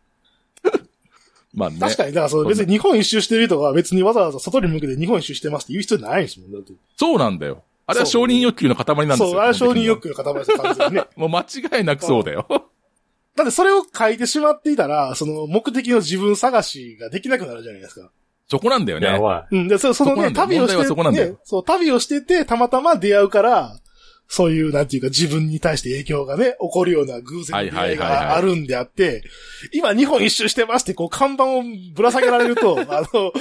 まあね。
確かに、だからそう、別に日本一周してる人が別にわざわざ外に向けて日本一周してますって言う必要ないですもん、だって。
そうなんだよ。あれは承認欲求の塊なんですよ。
そう、あれは承認
求。
欲求の塊ですよ、完全に [LAUGHS] ね。
もう間違いなくそうだよ。
だってそれを書いてしまっていたら、その目的の自分探しができなくなるじゃないですか。
そこなんだよね。
やば
うん。で、そそのね、
そこなんだ
旅
よ
をして
問題はそこなんだよ
ね、そう、旅をしてて、たまたま出会うから、そういう、なんていうか、自分に対して影響がね、起こるような偶然の出会い
はいはいはいは
が
い
あるんであって、今、日本一周してますって、こう、看板をぶら下げられると、 [LAUGHS] あの、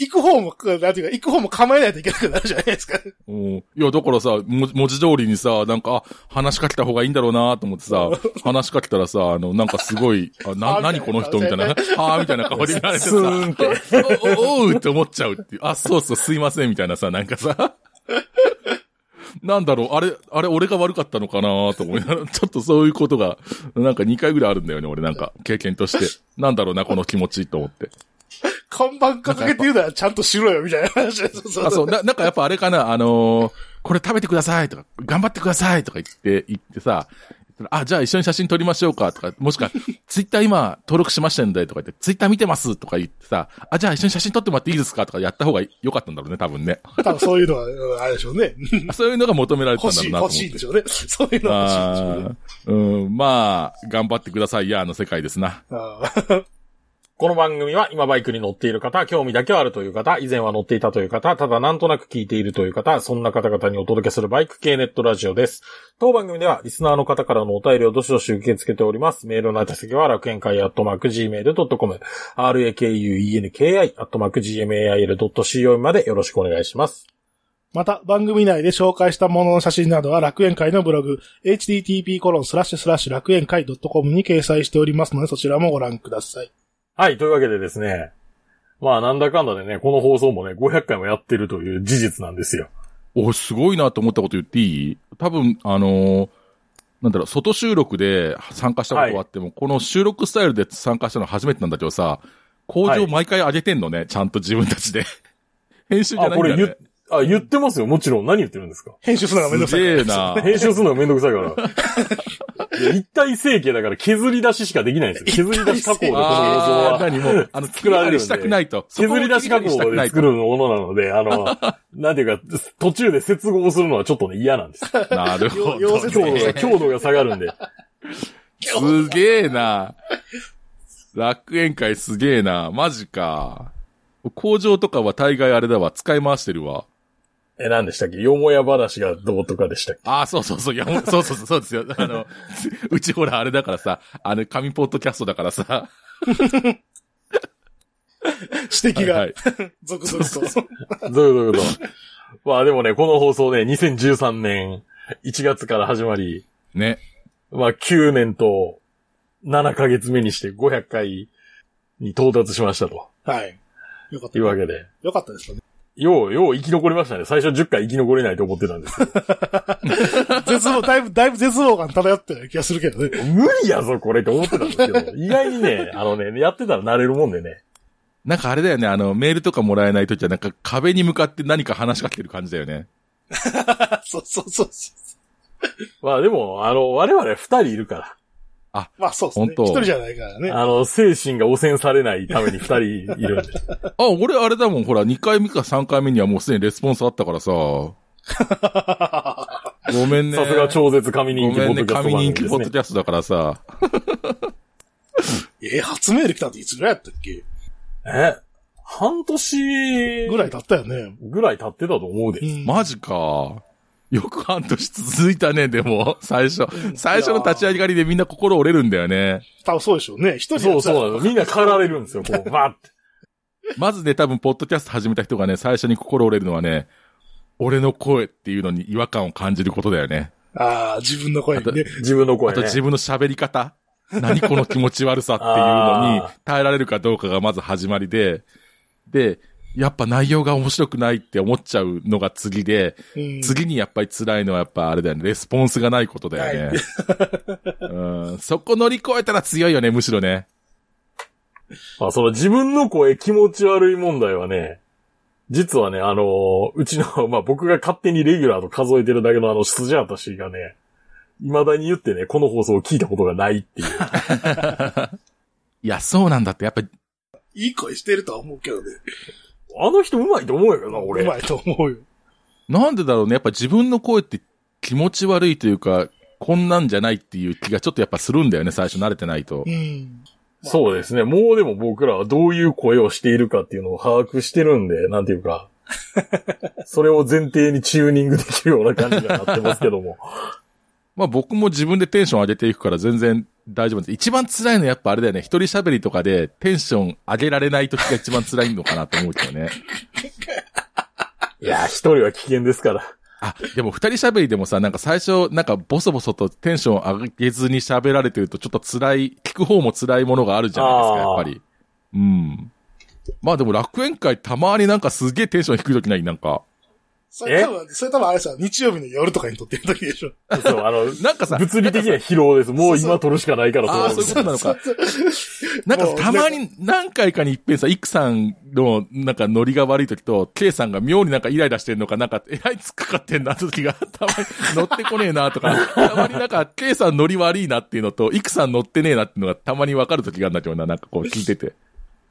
行く方も、なんていうか、行く方も構えないといけなくなるじゃないですか。
うん。いや、だからさ、も文字通りにさ、なんか、あ話しかけた方がいいんだろうなと思ってさ、話しかけたらさ、あの、なんかすごい、あな、
あ
何この人み [LAUGHS] たいな、ああみたいな顔で見られて
スーン
さ、お、おおうって思っちゃうっていう、あ、そうそう、すいませんみたいなさ、なんかさ、なんだろう、あれ、あれ、俺が悪かったのかなと思いながら、ちょっとそういうことが、なんか2回ぐらいあるんだよね、俺なんか、経験として。なんだろうな、この気持ちと思って。
看板掲げて言うなら、ちゃんとしろよ、みたいな話で。そう
[LAUGHS] あ、そう、な、なんかやっぱあれかな、あのーこれ食べてくださいとか、頑張ってくださいとか言って、言ってさ、あ、じゃあ一緒に写真撮りましょうかとか、もしくは、 [LAUGHS] ツイッター今登録しましたんでとか言って、ツイッター見てますとか言ってさ、あ、じゃあ一緒に写真撮ってもらっていいですかとかやった方が良かったんだろうね、多分ね。
多分そういうのは、うんあれでしょうね。
あ [LAUGHS] そういうのが求められてた
[LAUGHS] 欲
んだろ
し
う
い、
なと思
欲
っ
しいん
て
で。しょうね。そういうのは欲しいんでしょうね
あーうん、まあ、頑張ってください、やーの世界ですな。
あー。
この番組は今バイクに乗っている方、興味だけはあるという方、以前は乗っていたという方、ただなんとなく聞いているという方、そんな方々にお届けするバイク系ネットラジオです。当番組ではリスナーの方からのお便りをどしどし受け付けております。メールの宛先は楽園会アットマーク Gmail.com、rakuenki アットマーク Gmail.co までよろしくお願いします。
また、番組内で紹介したものの写真などは楽園会のブログ、http:// 楽園会 .com に掲載しておりますので、そちらもご覧ください。
はい、というわけでですね。まあなんだかんだでね、この放送もね、500回もやってるという事実なんですよ。
お、すごいなと思ったこと言っていい多分、あのーなんだろう、外収録で参加したことはあっても、この収録スタイルで参加したの初めてなんだけどさ、工
は
場
い
毎回上げてんのね、ちゃんと自分たちで。 [LAUGHS] 編集じゃ
あ、
ないん
こ
だ
れ言
よね
っ。、あ、言ってますよ。もちろん。何言ってるんですか [LAUGHS]
編集するのがめんどく
す
さい
げえ
から。
な。
編集するのがめんどくさいから。 [LAUGHS] いや一体成形だから削り出ししかできないんですよ。削り出し加工でこの映像
ああ、
は。
何もう、あの、
作られるんで
切り貼りしたくないと。
削り出し加
そこを
工
切り貼りしたくな
で
いと
作るものなので、あ [LAUGHS] の、なんていうか、途中で接合するのはちょっとね、嫌なんです。
なるほ
よ
ど
溶接
強度
で
が、強度が下がるんで。
すげえな。楽園会すげえな。マジか。工場とかは大概あれだわ。使い回してるわ。
[LAUGHS] え、何でしたっけよもや話がどうとかでしたっけ
ああ、そうそうそう。いや、もうそうそうそう、そうですよ。あの、うちほらあれだからさ、あの、紙ポッドキャストだからさ。
指摘
は
が
い、
続々と。
どういうことどういうことまあでもね、この放送ね、2013年1月から始まり、
ね。
まあ9年と7ヶ月目にして500回に到達しましたと
はい。よかった
い。うわけで。
よかったですよね。
よう、よう生き残りましたね。最初10回生き残れないと思ってたんですけど。
絶望、だいぶ、だいぶ絶望感漂ってる気がするけ [LAUGHS] どね。
[LAUGHS]
無理やぞ、これって思ってたんですけど。意外にね、あのね、やってたら慣れるもんでね。
なんかあれだよね。あの、メールとかもらえないときは、なんか壁に向かって何か話しかけてる感じだよね。
そうそうそうそ
まあでも、あの、我々2人いるか
う。まあそうですね。
本当
一人じゃないからね。
ら。あの、精神が汚染されないために2人いるんで。
あ、俺あれだもん。ほら、2回目か3回目にはもうすでにレスポンスあったからさ。ごめんね。
さすが超絶神
ご
人気ポ
め
ッド
んね、
キャスト番
紙
組
人
です
気
ね。
ポッドキャストだからさ。
えー、初メール来たっていつぐらいやったっけ
え半年
ぐらい経ったよね。
ぐらい経ってたと思うで
う。ん
マジか。よく半年続いたね、でも、最初。最初の立ち上がりでみんな心折れるんだよね。
多分そうでしょうね。一人。
そうそううなの。みんな駆られるんですよ、こう、ばーって。
まずね、多分、ポッドキャスト始めた人がね、最初に心折れるのはね、俺の声っていうのに違和感を感じることだよね。
ああ、自分の声にね。
自分の声
あと
ね。
自分の喋り方。何この気持ち悪さっていうのに耐えられるかどうかがまず始まりで、で、やっぱ内容が面白くないって思っちゃうのが次で、
うん
次にやっぱり辛いのはやっぱあれだよね、レスポンスがないことだよね。うん、そこ乗り越えたら強いよね、むしろね。
まあ、その自分の声気持ち悪い問題はね、実はね、あのーうちの、 [LAUGHS] まあ、僕が勝手にレギュラーと数えてるだけのあの、スジャータ氏がね、未だに言ってね、この放送を聞いたことがないっていう。
いや、そうなんだって、やっぱり、
いい声してるとは思うけどね。
あの人上手いと思うよな、俺。
うまいと思うよ。
なんでだろうね、やっぱ自分の声って気持ち悪いというか、こんなんじゃないっていう気がちょっとやっぱするんだよね、最初慣れてないと
う。ん。
そうですね。もうでも僕らはどういう声をしているかっていうのを把握してるんで、なんていう [LAUGHS] か。それを前提にチューニングできるような感じにはなってますけども。
まあ僕も自分でテンション上げていくから全然大丈夫なんです。一番辛いのはやっぱあれだよね、一人喋りとかでテンション上げられない時が一番辛いのかなと思うけどね。
いやー、一人は危険ですから。
あ、でも二人喋りでもさ、なんか最初、なんかボソボソとテンション上げずに喋られてるとちょっと辛い、聞く方も辛いものがあるじゃないですか、
あー
やっぱり。うん。まあでも楽園会たまになんかすげえテンション低い時ないなんか。
それ
え
多分、それ多分あれさ、日曜日の夜とかに撮ってる時でしょ。
そう、 [LAUGHS] あの、
なんかさ、
物理的な疲労です。もう今取るしかないから、
ああ、そういうこと
[LAUGHS]
なのか。なんか
もう
たまに何回かに一遍さ、イクさんのなんかノリが悪い時と、ケイさんが妙になんかイライラしてるのか、なんか、えらい突っかかってんなって時が、たまに乗ってこねえなとか、 [LAUGHS] たまになんか、ケイさんノリ悪いなっていうのと、イクさん乗ってねえなっていうのがたまにわかる時があるんだけどな、なんかこう聞いてて。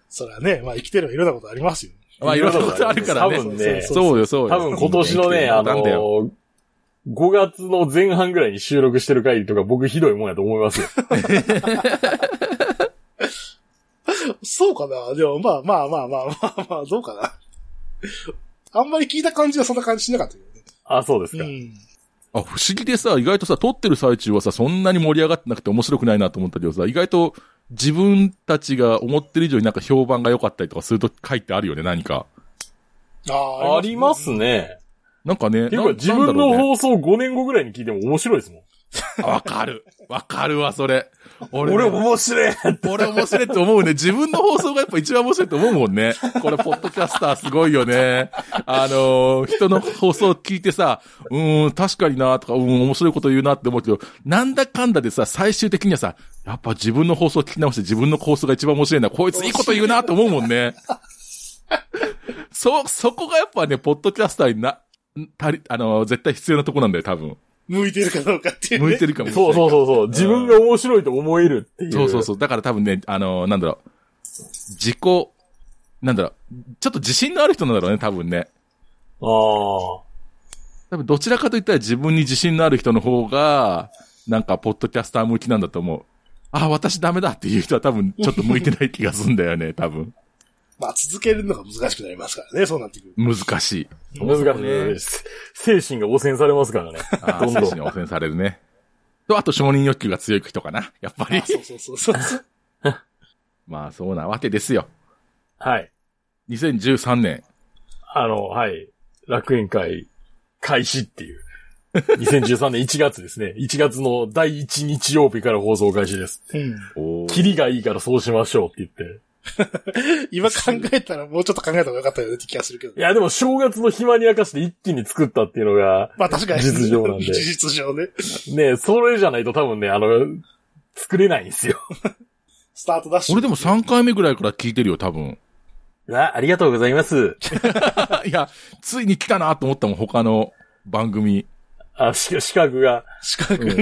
それはね、まあ生きてればいろんなことありますよ。
まあいろんなことあるから
多
ね。
分ね、
そうよ、そうよ。
多分今年のね、あ
な
の
んだよ。
ー、5月の前半ぐらいに収録してる回とか僕ひどいもんやと思いますよ。
そうかなでもまあまあまあまあまあまあ、どうかな。あんまり聞いた感じはそんな感じしなかったけ
あ、そうです
ど
か。
ね。うん。
あ、不思議でさ、意外とさ、撮ってる最中はさ、そんなに盛り上がってなくて面白くないなと思ったけどさ、意外と自分たちが思ってる以上になんか評判が良かったりとかすると書いてあるよね、何か。
ああ
あります。ね。
なんかね。
っていうか
な
自分の
なんだろ
放送5年後ぐらいに聞いても面白いですもん。
うねあわかる。わかるわ、それ。俺、
俺
俺
面白い
面白いと思うね。自分の放送がやっぱ一番面白いと思うもんね。これ、ポッドキャスターすごいよね。あのー人の放送聞いてさ、うーん、確かになとか、うーん、面白いこと言うなって思うけど、なんだかんだでさ、最終的にはさ、やっぱ自分の放送聞き直して自分の放送が一番面白いな。こいついいこと言うなと思うもんね。そ、そこがやっぱね、ポッドキャスターにな、足り、あのー絶対必要なとこなんだよ、多分。
向いてるかどうかっていう、ね。
向いてるかもしれ
そ
な
う
い。
そうそうそう。自分が面白いと思えるっていう。
そうそうそう。だから多分ね、あのーなんだろう。自己、なんだろう。ちょっと自信のある人なんだろうね、多分ね。
ああ。
多分どちらかといったら自分に自信のある人の方が、なんか、ポッドキャスター向きなんだと思う。ああ、私ダメだっていう人は多分、ちょっと向いてない気がすんだよね、 [LAUGHS] 多分。
まあ、続けるのが難しくなりますからね、そうなってくる。
難しい。
難しいです。精神が汚染されますからね。
あ
ど
あ、
ん
精
ど
神に汚染されるね。と、あと承認欲求が強い人かな、やっぱり
あ。そうそうそうそう。
まあ、そうなわけですよ。
はい。
2013年。
あの、はい。楽園会開始っていう。2013年1月ですね。1月の第1日曜日から放送開始です。
うん、
おー
キリがいいからそうしましょうって言って。
今考えたらもうちょっと考えた方がよかったよねって気がするけど
い。や、でも正月の暇に明かして一気に作ったっていうのが、
まあ確かに。
実情なんで
事実上ね。
ね、それじゃないと多分ね、あの、作れないんですよ。
スタートダッシュ。
俺でも3回目ぐらいから聞いてるよ、多分。
あ、ありがとうございます。
[LAUGHS] いや、ついに来たなと思ったもん、他の番組。
あ、し、資格が。
四角が、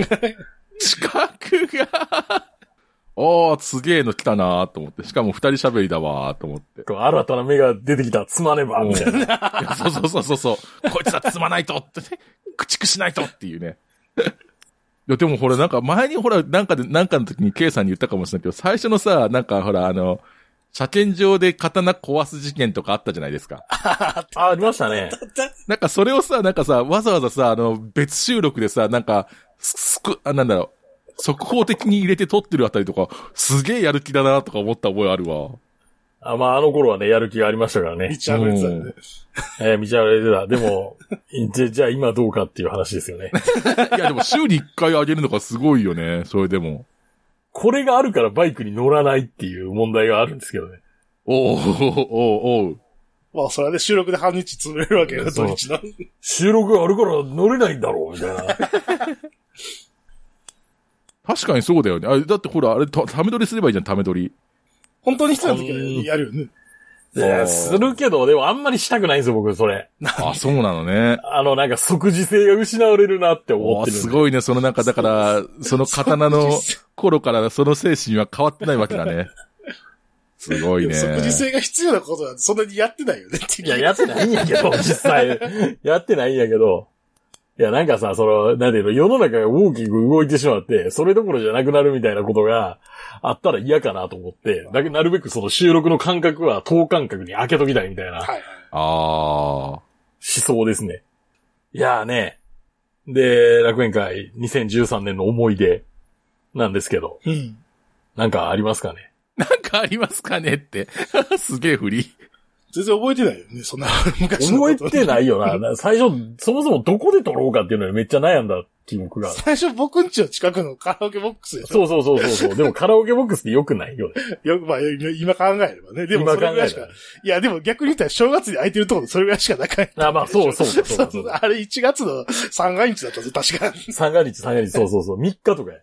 資格 [LAUGHS] がおー、すげえの来たなと思って。しかも二人喋りだわと思って。
こう新たな目が出てきた、つまねば、みたいな。
いやそうそうそうそうそう。こいつは積まないとって [LAUGHS] ね。駆逐しないとっていうね。 [LAUGHS] いや、でもほら、なんか前にほら、なんかで、なんかの時に K さんに言ったかもしれないけど、最初のさ、なんかほら、あの、車検場で刀壊す事件とかあったじゃないですか。
あ、ありましたね。
なんかそれをさ、なんかさ、わざわざさ、あの、別収録でさ、なんか、す、すく、あ、なんだろう、速報的に入れて撮ってるあたりとか、すげえやる気だなとか思った覚えあるわ。
あ、まあ、あの頃はね、やる気がありましたからね
道。ちゃぶれてたんで。
えー、道あれでだ。でも、 [LAUGHS] じゃ、じゃあ今どうかっていう話ですよね。
いや、でも週に一回上げるのがすごいよね、それでも。
これがあるからバイクに乗らないっていう問題があるんですけどね。
おうおうおうおう
まあそれはね、収録で半日潰れるわけよ、
そう
土日の。
収録があるから乗れないんだろう、みたいな。
確かにそうだよね。あだってほら、あれ、た、ため撮りすればいいじゃん、ため撮り。
本当に必要な時はやるよね。
いやするけど、でもあんまりしたくないんですよ、僕、それ。
あ、そうなのね。
あの、なんか即時性が失われるなって思
お
ってる
ー
んです
ごいね、そのなんか、だから、その
[LAUGHS]
刀の頃からその精神は変わってないわけだね。すごいね。
即時性が必要なことなんてそんなにやってないよねっていう。
いや、やってないんやけ
[LAUGHS]
ど、実際。やってないんやけど。いや、なんかさ、その、なんていうの、世の中が大きく動いてしまって、それどころじゃなくなるみたいなことがあったら嫌かなと思って、だけなるべくその収録の間隔は等間隔に開けときたいみたいな思
はい。
ああ。
想ですね。いやーね。で、楽園会2013年の思い出なんですけど、
うん。
なんかありますか
[LAUGHS]
ね
なんかありますかねって。 [LAUGHS] すげえ振り。
全然覚えてないよね、そんな昔の
覚え
こと。
てないよな。な最初、そもそもどこで撮ろうかっていうのにめっちゃ悩んだ記憶がある。
最初僕んちの近くのカラオケボックスでしょ
そうそうそうそうそう。でもカラオケボックスって良くないよね。
よく、まあ、今考えればね。でも、それぐらいしか
今考。
いや、でも逆に言ったら正月に空いてるところそれぐらいしかなかった。
あまあそうそうそう
[LAUGHS] そ
そうう
そうあれ1月の三が日だったぞ、確か。
三が日、三が日、そうそうそう。3日とかや。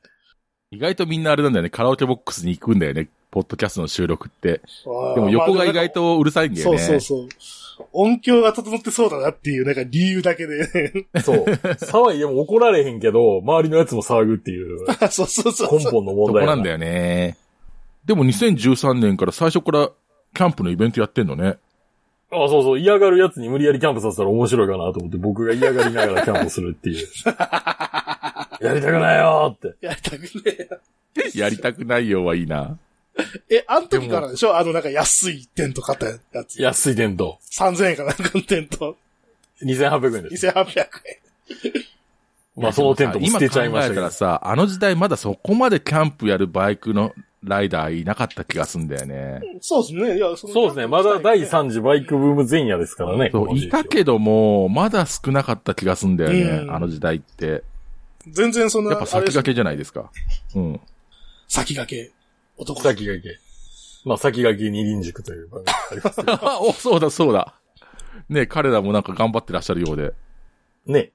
意外とみんなあれなんだよね。カラオケボックスに行くんだよね。ポッドキャストの収録って。で
で
も横が意外とうるさいんだよ
そう
ね。
そうそう。音響が整ってそうだなっていう、なんか理由だけで、 [LAUGHS] ね。
そう。騒いでも怒られへんけど、周りのやつも騒ぐっていう
そうそうそう。
根本の問
そ
題
こなんだ
よ。
よね。でも2013年から最初からキャンプのイベントやってんのね。
あそうそう。嫌がるやつに無理やりキャンプさせたら面白いかなと思って、僕が嫌がりながらキャンプするっていう。やりたくないよーって。
やりたくね
やりたくないよはいいな。
え。え、あの時からでしょあの、なんか安いテント買ったやつ。
安いテント。
3000円かなんかのテント。
2800円です。
2800円。
まあそのテントも捨てちゃいました
今考
け
えた
ど
ら。さ、あの時代まだそこまでキャンプやるバイクのライダーいなかった気がすんだよね。
そうですね。いや、その
そうですね。まだ第
ね
3次バイクブーム前夜ですからね。
そう、いたけども、まだ少なかった気がすんだよね
う。ん
あの時代って。
全然そんな、
やっぱ
あれ
先駆けじゃないですか。うん。 [LAUGHS]
先駆け。男だ
先駆け。まあ、先駆け二輪軸という番組がありますけど
お、そうだ、そうだ。ね彼らもなんか頑張ってらっしゃるようで。
ね。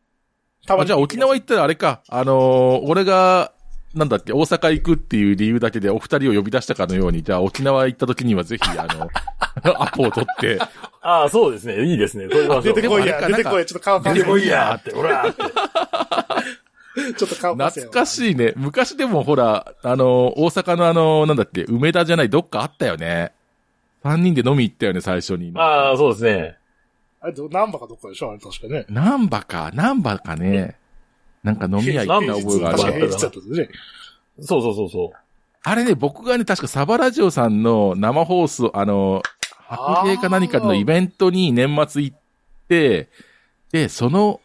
た
あじゃあ沖縄行ったらあれか、あのー俺が、なんだっけ、大阪行くっていう理由だけでお二人を呼び出したかのように、じゃあ沖縄行った時にはぜひ、あの、 [LAUGHS] アポを取って、
ああ、そうですね。いいですね。撮りましょ
出
う。
てこいや、
でもあれか
出てこいや、ちょっと顔
出
変
て
え
こいやーって、ほらーって。
ちょっと顔パスや
懐
わ
かしいね。昔でもほら、あの、大阪のあの、なんだっけ、梅田じゃない、どっかあったよね。三人で飲み行ったよね、最初に。
ああ、そうですね。
あれ、どナンバかどっかでしょあれ確かね。
なんばか、なんばかね。なんか飲み屋行った覚えがあ
る難
確かに
波
る。
平日だったんですね。
そうそうそうそう。
あれね、僕がね、確かサバラジオさんの生放送、あの、白芸か何かのイベントに年末行って、で、その、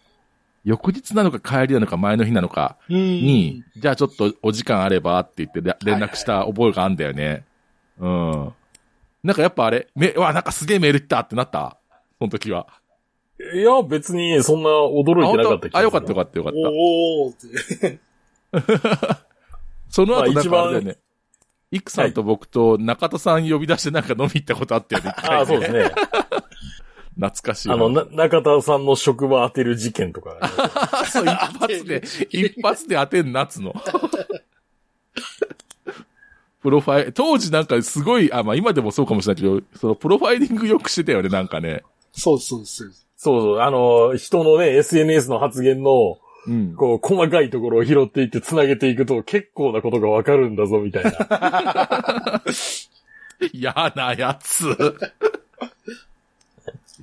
翌日なのか帰りなのか前の日なのか
うん。
に、じゃあちょっとお時間あればって言ってで連絡した覚えがあんだよね。うん。なんかやっぱあれ、め、うわ、なんかすげえメール来たってなったその時は。
いや、別に、そんな驚いてなかった気がする
あ、よかったよかったよかった。
おーおーって。
その後なんかあれだよ
まあ
ね。イクさんと僕と中田さん呼び出してなんか飲み行ったことあったよね。一回
ああ、そうですね。
懐かしいな。
あの、な、中田さんの職場当てる事件とか、
そう、一発で、一発で当てん夏の。 [LAUGHS] プロファイル、当時なんかすごい、あ、まあ今でもそうかもしれないけど、そのプロファイリングよくしてたよね、なんかね。
そうですそうですそうです。
そうそう、あの、人のね、SNS の発言の、
うん。
こう、細かいところを拾っていって繋げていくと、結構なことがわかるんだぞ、みたいな。
嫌なや [LAUGHS] つ。い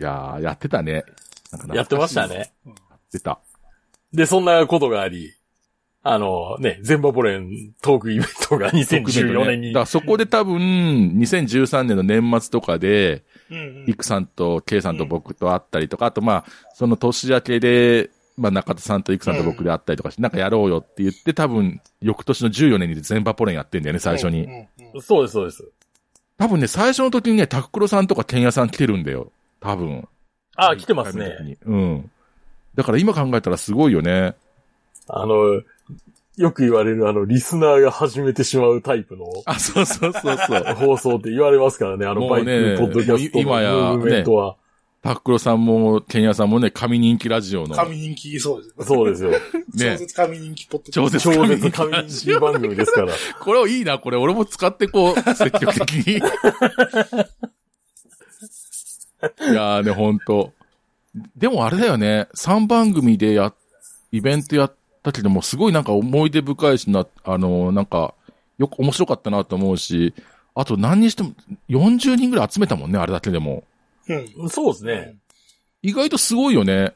やー、やってたね。なんか懐かしい
やってました。ね。
やってた。
で、そんなことがあり、あの、ね、全バポレントークイベントが2014年に
だか。らそこで多分、2013年の年末とかで、
うんうん
イクさんとケイさんと僕と会ったりとか、あとまあ、その年明けで、まあ中田さんとイクさんと僕で会ったりとかして、なんかやろうよって言って、多分、翌年の14年に全バポレンやってんだよね、最初に。
うんうんうん
そうです、そうです。
多分ね、最初の時にね、タククロさんとかケンヤさん来てるんだよ。多分。
あ、来てますね。
うん。だから今考えたらすごいよね。
あの、よく言われる、あの、リスナーが始めてしまうタイプの
あ、そうそう
[LAUGHS]
そうそう。
放送って言われますからね、あの、
も
バ
う
イ
ね
ク、ポッドキャストのム
今や
ーブメントは。
タククロさんもケンヤさんもね、神人気ラジオの。
神人気、そうです。
そう
[LAUGHS]
ですよ。
ね
超絶神人気ポッドキャ
超
スト
絶
超
神
絶
人気
神
ラ
人
ジ
気
オ。
番組ですから。
これをいいな、これ。俺も使ってこう、積極的 [LAUGHS] に。いやーね、ほんと。でもあれだよね、3番組でや、イベントやったけども、すごいなんか思い出深いしな、あのーなんか、よく面白かったなと思うし、あと何にしても、40人ぐらい集めたもんね、あれだけでも。
うん。
そうですね。
意外とすごいよね。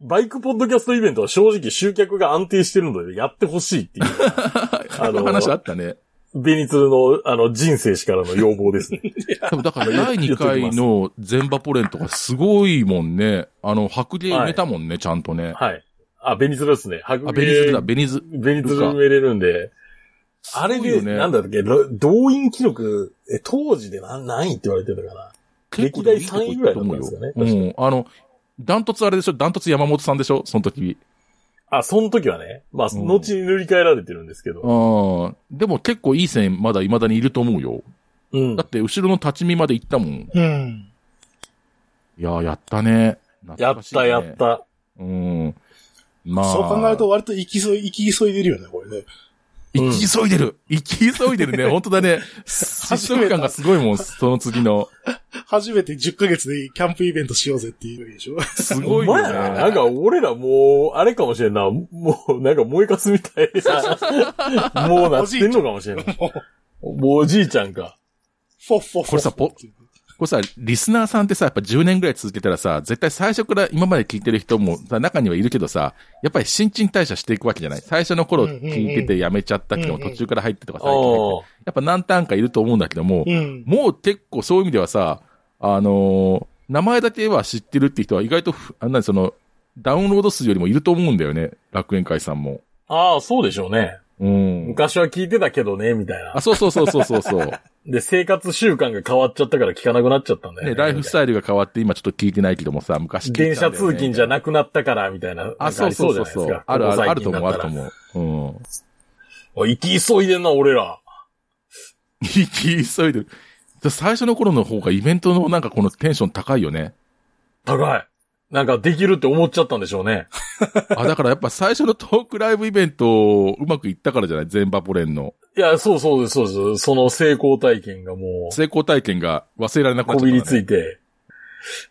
バイクポッドキャストイベントは正直集客が安定してるのでやってほしい
[LAUGHS]
っていう。あ
あの
の、
話あったね。
ベニツルの、あの、人生氏からの要望ですね。
多分だ [LAUGHS] から第2回の全場ポレンとかすごいもんね。あの、白芸埋めたもんね、ちゃんとね。
[LAUGHS] はい。あ、ベニツルですね。
あ、
白
ベニズルだ、ベニズ。
ベニツル埋めれるんで。あれ
すご
で、
いよね
なんだっけ、ろ動員記録、え、当時で何、何位って言われてたかな。歴代3位ぐらいだったんですよね
結構いいとこ行ったと思うようん。あの、ダントツあれでしょダントツ山本さんでしょその時。
あ、その時はね。まあ、
うん
後に塗り替えられてるんですけど。
ああ。でも結構いい線、まだ未だにいると思うよ。
うん
だ。って、後ろの立ち見まで行ったもん。い
うん。
やー、やったね。
や
懐
っ
かしいね
た、やっ。た。
うん。まあ。
そう考えると、割と行き急い、行き急いでるよね、これね。
行き急いでる。行き急いでるね。本当だね。
[LAUGHS]
疾走感がすごいもん、その次の。
初めて10ヶ月でキャンプイベントしようぜっていうわけでしょ。 [LAUGHS]
す
お
ごいよ
前
ね。
らな、なんか俺らもう、あれかもしれんな。もう、なんか燃えかすみたい
[LAUGHS]
な。もうなってんのかもしれんない。もうおじいちゃんか。
フォッフォッフォッ
これさポこれさ、リスナーさんってさ、やっぱ10年ぐらい続けたらさ、絶対最初から今まで聞いてる人もさ、中にはいるけどさ、やっぱり新陳代謝していくわけじゃない最初の頃
うんうんうん
聞いててやめちゃったけど、
うんうん
途中から入ってとか
あ
最近入って
あ。
やっぱ何単かいると思うんだけども、
うん。
もう結構そういう意味ではさ、あのー名前だけは知ってるって人は意外とふ、あんなにその、ダウンロード数よりもいると思うんだよね。楽園会さんも。
ああ、そうでしょうね。
うん。
昔は聞いてたけどね、みたい
あ、
な。
そうそうそうそうそ
[LAUGHS]
うそう。
で、生活習慣が変わっちゃったから聞かなくなっちゃったんだよね。
ね、ライフスタイルが変わって今ちょっと聞いてないけどもさ、昔聞いて
電
た
車
んだよね
通勤じゃなくなったから、みたいな。
あ、そうそうそうそう。あるある、あると思う、あると
う。
思う。うん。
あ行き急いでんな、俺ら。
行き急 [LAUGHS] いでる。最初の頃の方がイベントのなんかこのテンション高いよね。
高い。なんかできるって思っちゃったんでしょうね。
あ、だからやっぱ最初のトークライブイベントうまくいったからじゃない全バポレンの。
いや、そうそうです、そうです。その成功体験がもう、
成功体験が忘れられなくなっ
こ
ちゃっ
びり
たからね、
ついて。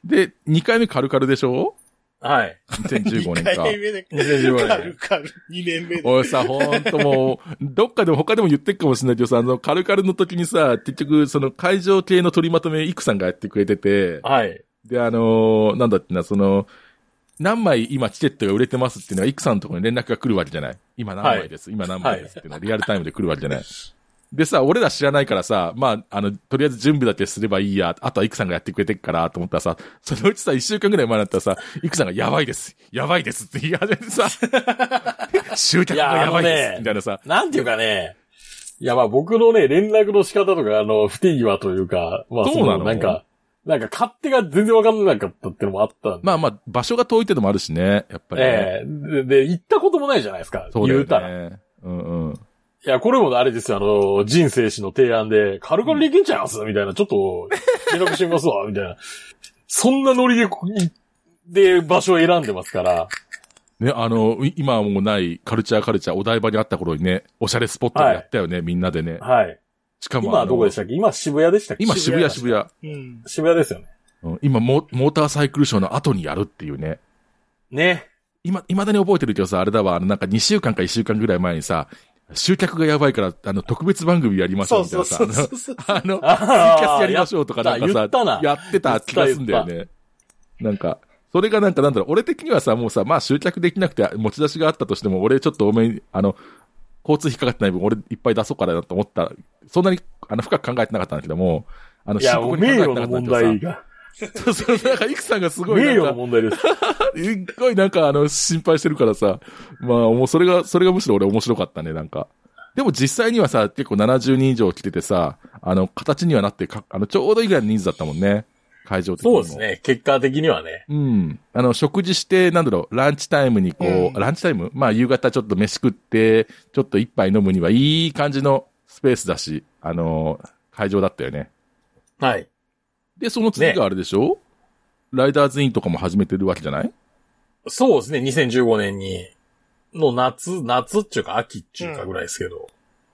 で、2回目カルカルでしょ
はい。
2015年 [LAUGHS] か
2。回目で、
2015
カ
年
ル。カル、2年目で。
俺さ、ほんともう、どっかでも他でも言ってるかもしれないけどさ、あの、カルカルの時にさ、結局、その会場系の取りまとめ、イクさんがやってくれてて、
はい。
で、あのーなんだっけな、その、何枚今チケットが売れてますっていうのは、イクさんのところに連絡が来るわけじゃない。今何枚です、今何枚ですっていうのは、リアルタイムで来るわけじゃない。でさ、俺ら知らないからさ、まあ、あの、とりあえず準備だけすればいいや、あとはイクさんがやってくれてっから、と思ったらさ、そのうちさ、一週間ぐらい前になったらさ、イクさんがやばいです、やばいですって言い始めてさ、
[LAUGHS]
集客がやばい
いやあ
で
のね
す、みたいなさ、
なんていうかね、いやまあ僕のね、連絡の仕方とか、あの、不手際というか、まあ
そう
そ
なの
のなんか、なんか勝手が全然わかんなかったっていうのもあったんで。
まあまあ、場所が遠いってのもあるしね、やっぱり、ね。
ええで、で、行ったこともないじゃないですか。
そうだ
言
よね。
うたら。い
うんうん。
や、これもあれですよ、あの、人生史の提案で、軽々できんちゃいますみたいな、ちょっと、連絡してみますわ、 [LAUGHS] みたいな。そんなノリでこ、いで、場所を選んでますから。
ね、あの、い今はもうないカルチャーカルチャー、お台場にあった頃にね、おしゃれスポットでやったよね、みんなでね。
はい。
しかも
今
あ
は
の
どこでしたっけ今渋谷でしたっけ
今渋谷
渋
渋谷。
うん。
渋谷ですよね。
うん今モ、モーターサイクルショーの後にやるっていうね。
ね。
今、未だに覚えてるけどさ、あれだわ、あの、なんか2週間か1週間ぐらい前にさ、集客がやばいから、あの、特別番組やりましょ
そうう
みたい
そう
なさ、
そうそう。
あの、あのツイ
あ
キャスやりま
し
しょうとかなんかさ、
やった言ったな
やってた気がすんだよね。なんか、それがなんかなんだろう、俺的にはさ、もうさ、まあ集客できなくて持ち出しがあったとしても、俺ちょっと多めに、あの、交通費かかってない分、俺いっぱい出そうかなと思ったら、そんなに、あの、深く考えてなかったんだけども、あの、
いや、
深
もう
刻に考え
名
て
誉
なか
の
ったん
問
だけど
題
さ
が。
[LAUGHS] そうそう、なんか、イクさんがすごい、
名
なん
誉の
か、
問
[LAUGHS]
題です。
すっごいなんか、あの、心配してるからさ、まあ、もうそれが、それがむしろ俺面白かったね、なんか。でも実際にはさ、結構70人以上来ててさ、あの、形にはなってか、あの、ちょうどいいぐらいの人数だったもんね。会場的に
そう
も。
です。ね。結果的にはね。
うん。あの、食事して、なんだろう、ランチタイムにこう、
うん
ランチタイムまあ、夕方ちょっと飯食って、ちょっと一杯飲むにはいい感じのスペースだし、あの、会場だったよね。
はい。
で、その次があれでしょ、ライダーズインとかも始めてるわけじゃない
そうですね。2015年に、の夏、夏っていうか秋っていうかぐらいですけど。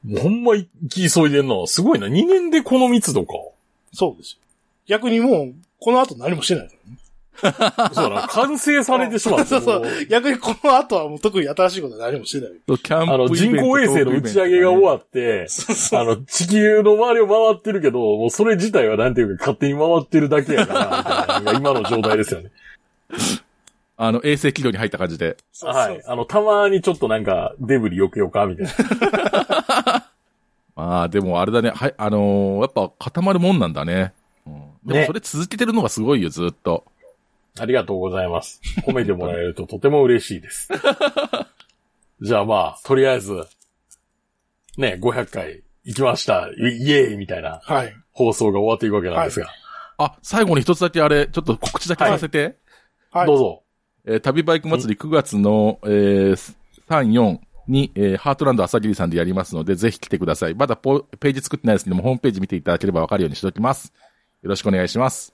もうほんま行き急いでんの。すごいな。2年でこの密度か。
そうですよ。逆にもう、この後何もしてない。
そうだな。完成されてしまった。
[LAUGHS] そうそう
もう。
逆にこの後はもう特に新しいことは何もしてない。
そうキャンプ
あの、人工衛星の打ち上げが終わって、
そうそ
あの、地球の周りを回ってるけど、もうそれ自体はなんていうか勝手に回ってるだけやから、みたいな今の状態ですよね。
あの、衛星軌道に入った感じで。
[LAUGHS] そう
は
そう
い。あの、たまにちょっとなんか、デブリよけよか、みたいな。
まあ、でもあれだね。はい、あのーやっぱ固まるもんなんだね。うん、でも
ね
それ続けてるのがすごいよ、ずっと。
ありがとうござい
[LAUGHS]
ます。褒めてもらえるととても嬉しいです。 [LAUGHS] じゃあまあ、とりあえず、ね、500回行きました、イイエーイみたいな
はい。
放送が終わっていくわけなんですが、
あ、最後に一つだけあれ、ちょっと告知だけさせて。
はい。
どうぞ。
えー旅バイク祭り9月の、えー3、4に、えーハートランド朝霧さんでやりますので、ぜひ来てください。まだポページ作ってないですけども、ホームページ見ていただければわかるようにしておきます。よろしくお願いします。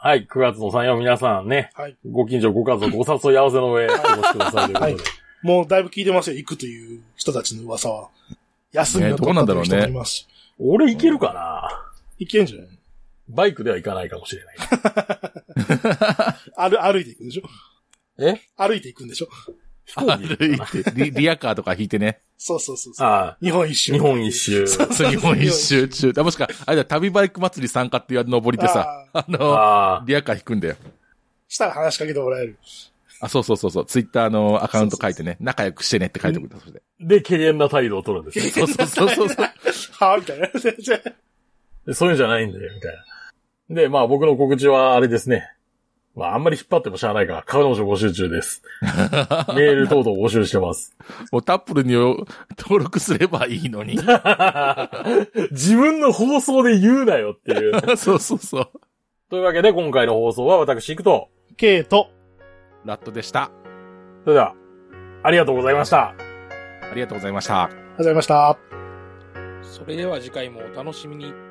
はい、9月の3、4皆さんね、
はい。
ご近所、ご家族、お誘い合わせの上、お越しくださいということで。
はいもうだいぶ聞いてますよ、行くという人たちの噂は。休み
ね
を取ったという人もいますし。
俺行けるかな
行けんじゃない
バイクでは行かないかもしれない。
歩、歩いていくんでしょ
え
歩いていくんでしょ
飛
あ
行機で行くか
リ [LAUGHS] リアカーとか引いてね。
そうそうそう。そ
な
う
ああ、
日本一周。
日本一周。
そう日本一周中。あもしか、あれだ、旅バイク祭り参加っていう登りでさ、あの、
ああ、
リアカー引くんだよ。
したら話しかけてもらえる。
あ、そうそうそうそう。ツイッターのアカウント書いてね、仲良くしてねって書いておくんだ、それで。
で、軽減な態度を取るんですね
そうそうそうそうそう。
はぁみたいな。じゃ
でそういうんじゃないんで、みたいな。で、まあ僕の告知はあれですね。まああんまり引っ張ってもしゃあないから、彼女募集中です。メール等々募集してます。 [LAUGHS]
もうタップルによ登録すればいいのに。
自分の放送で言うなよっていう。
[LAUGHS] そうそうそう。
というわけで今回の放送は私行くと。
あ、ケイと、
ラットでした。
それでは、ありがとうございました。
ありがとうございました。
ありがとうございました。
それでは次回もお楽しみに。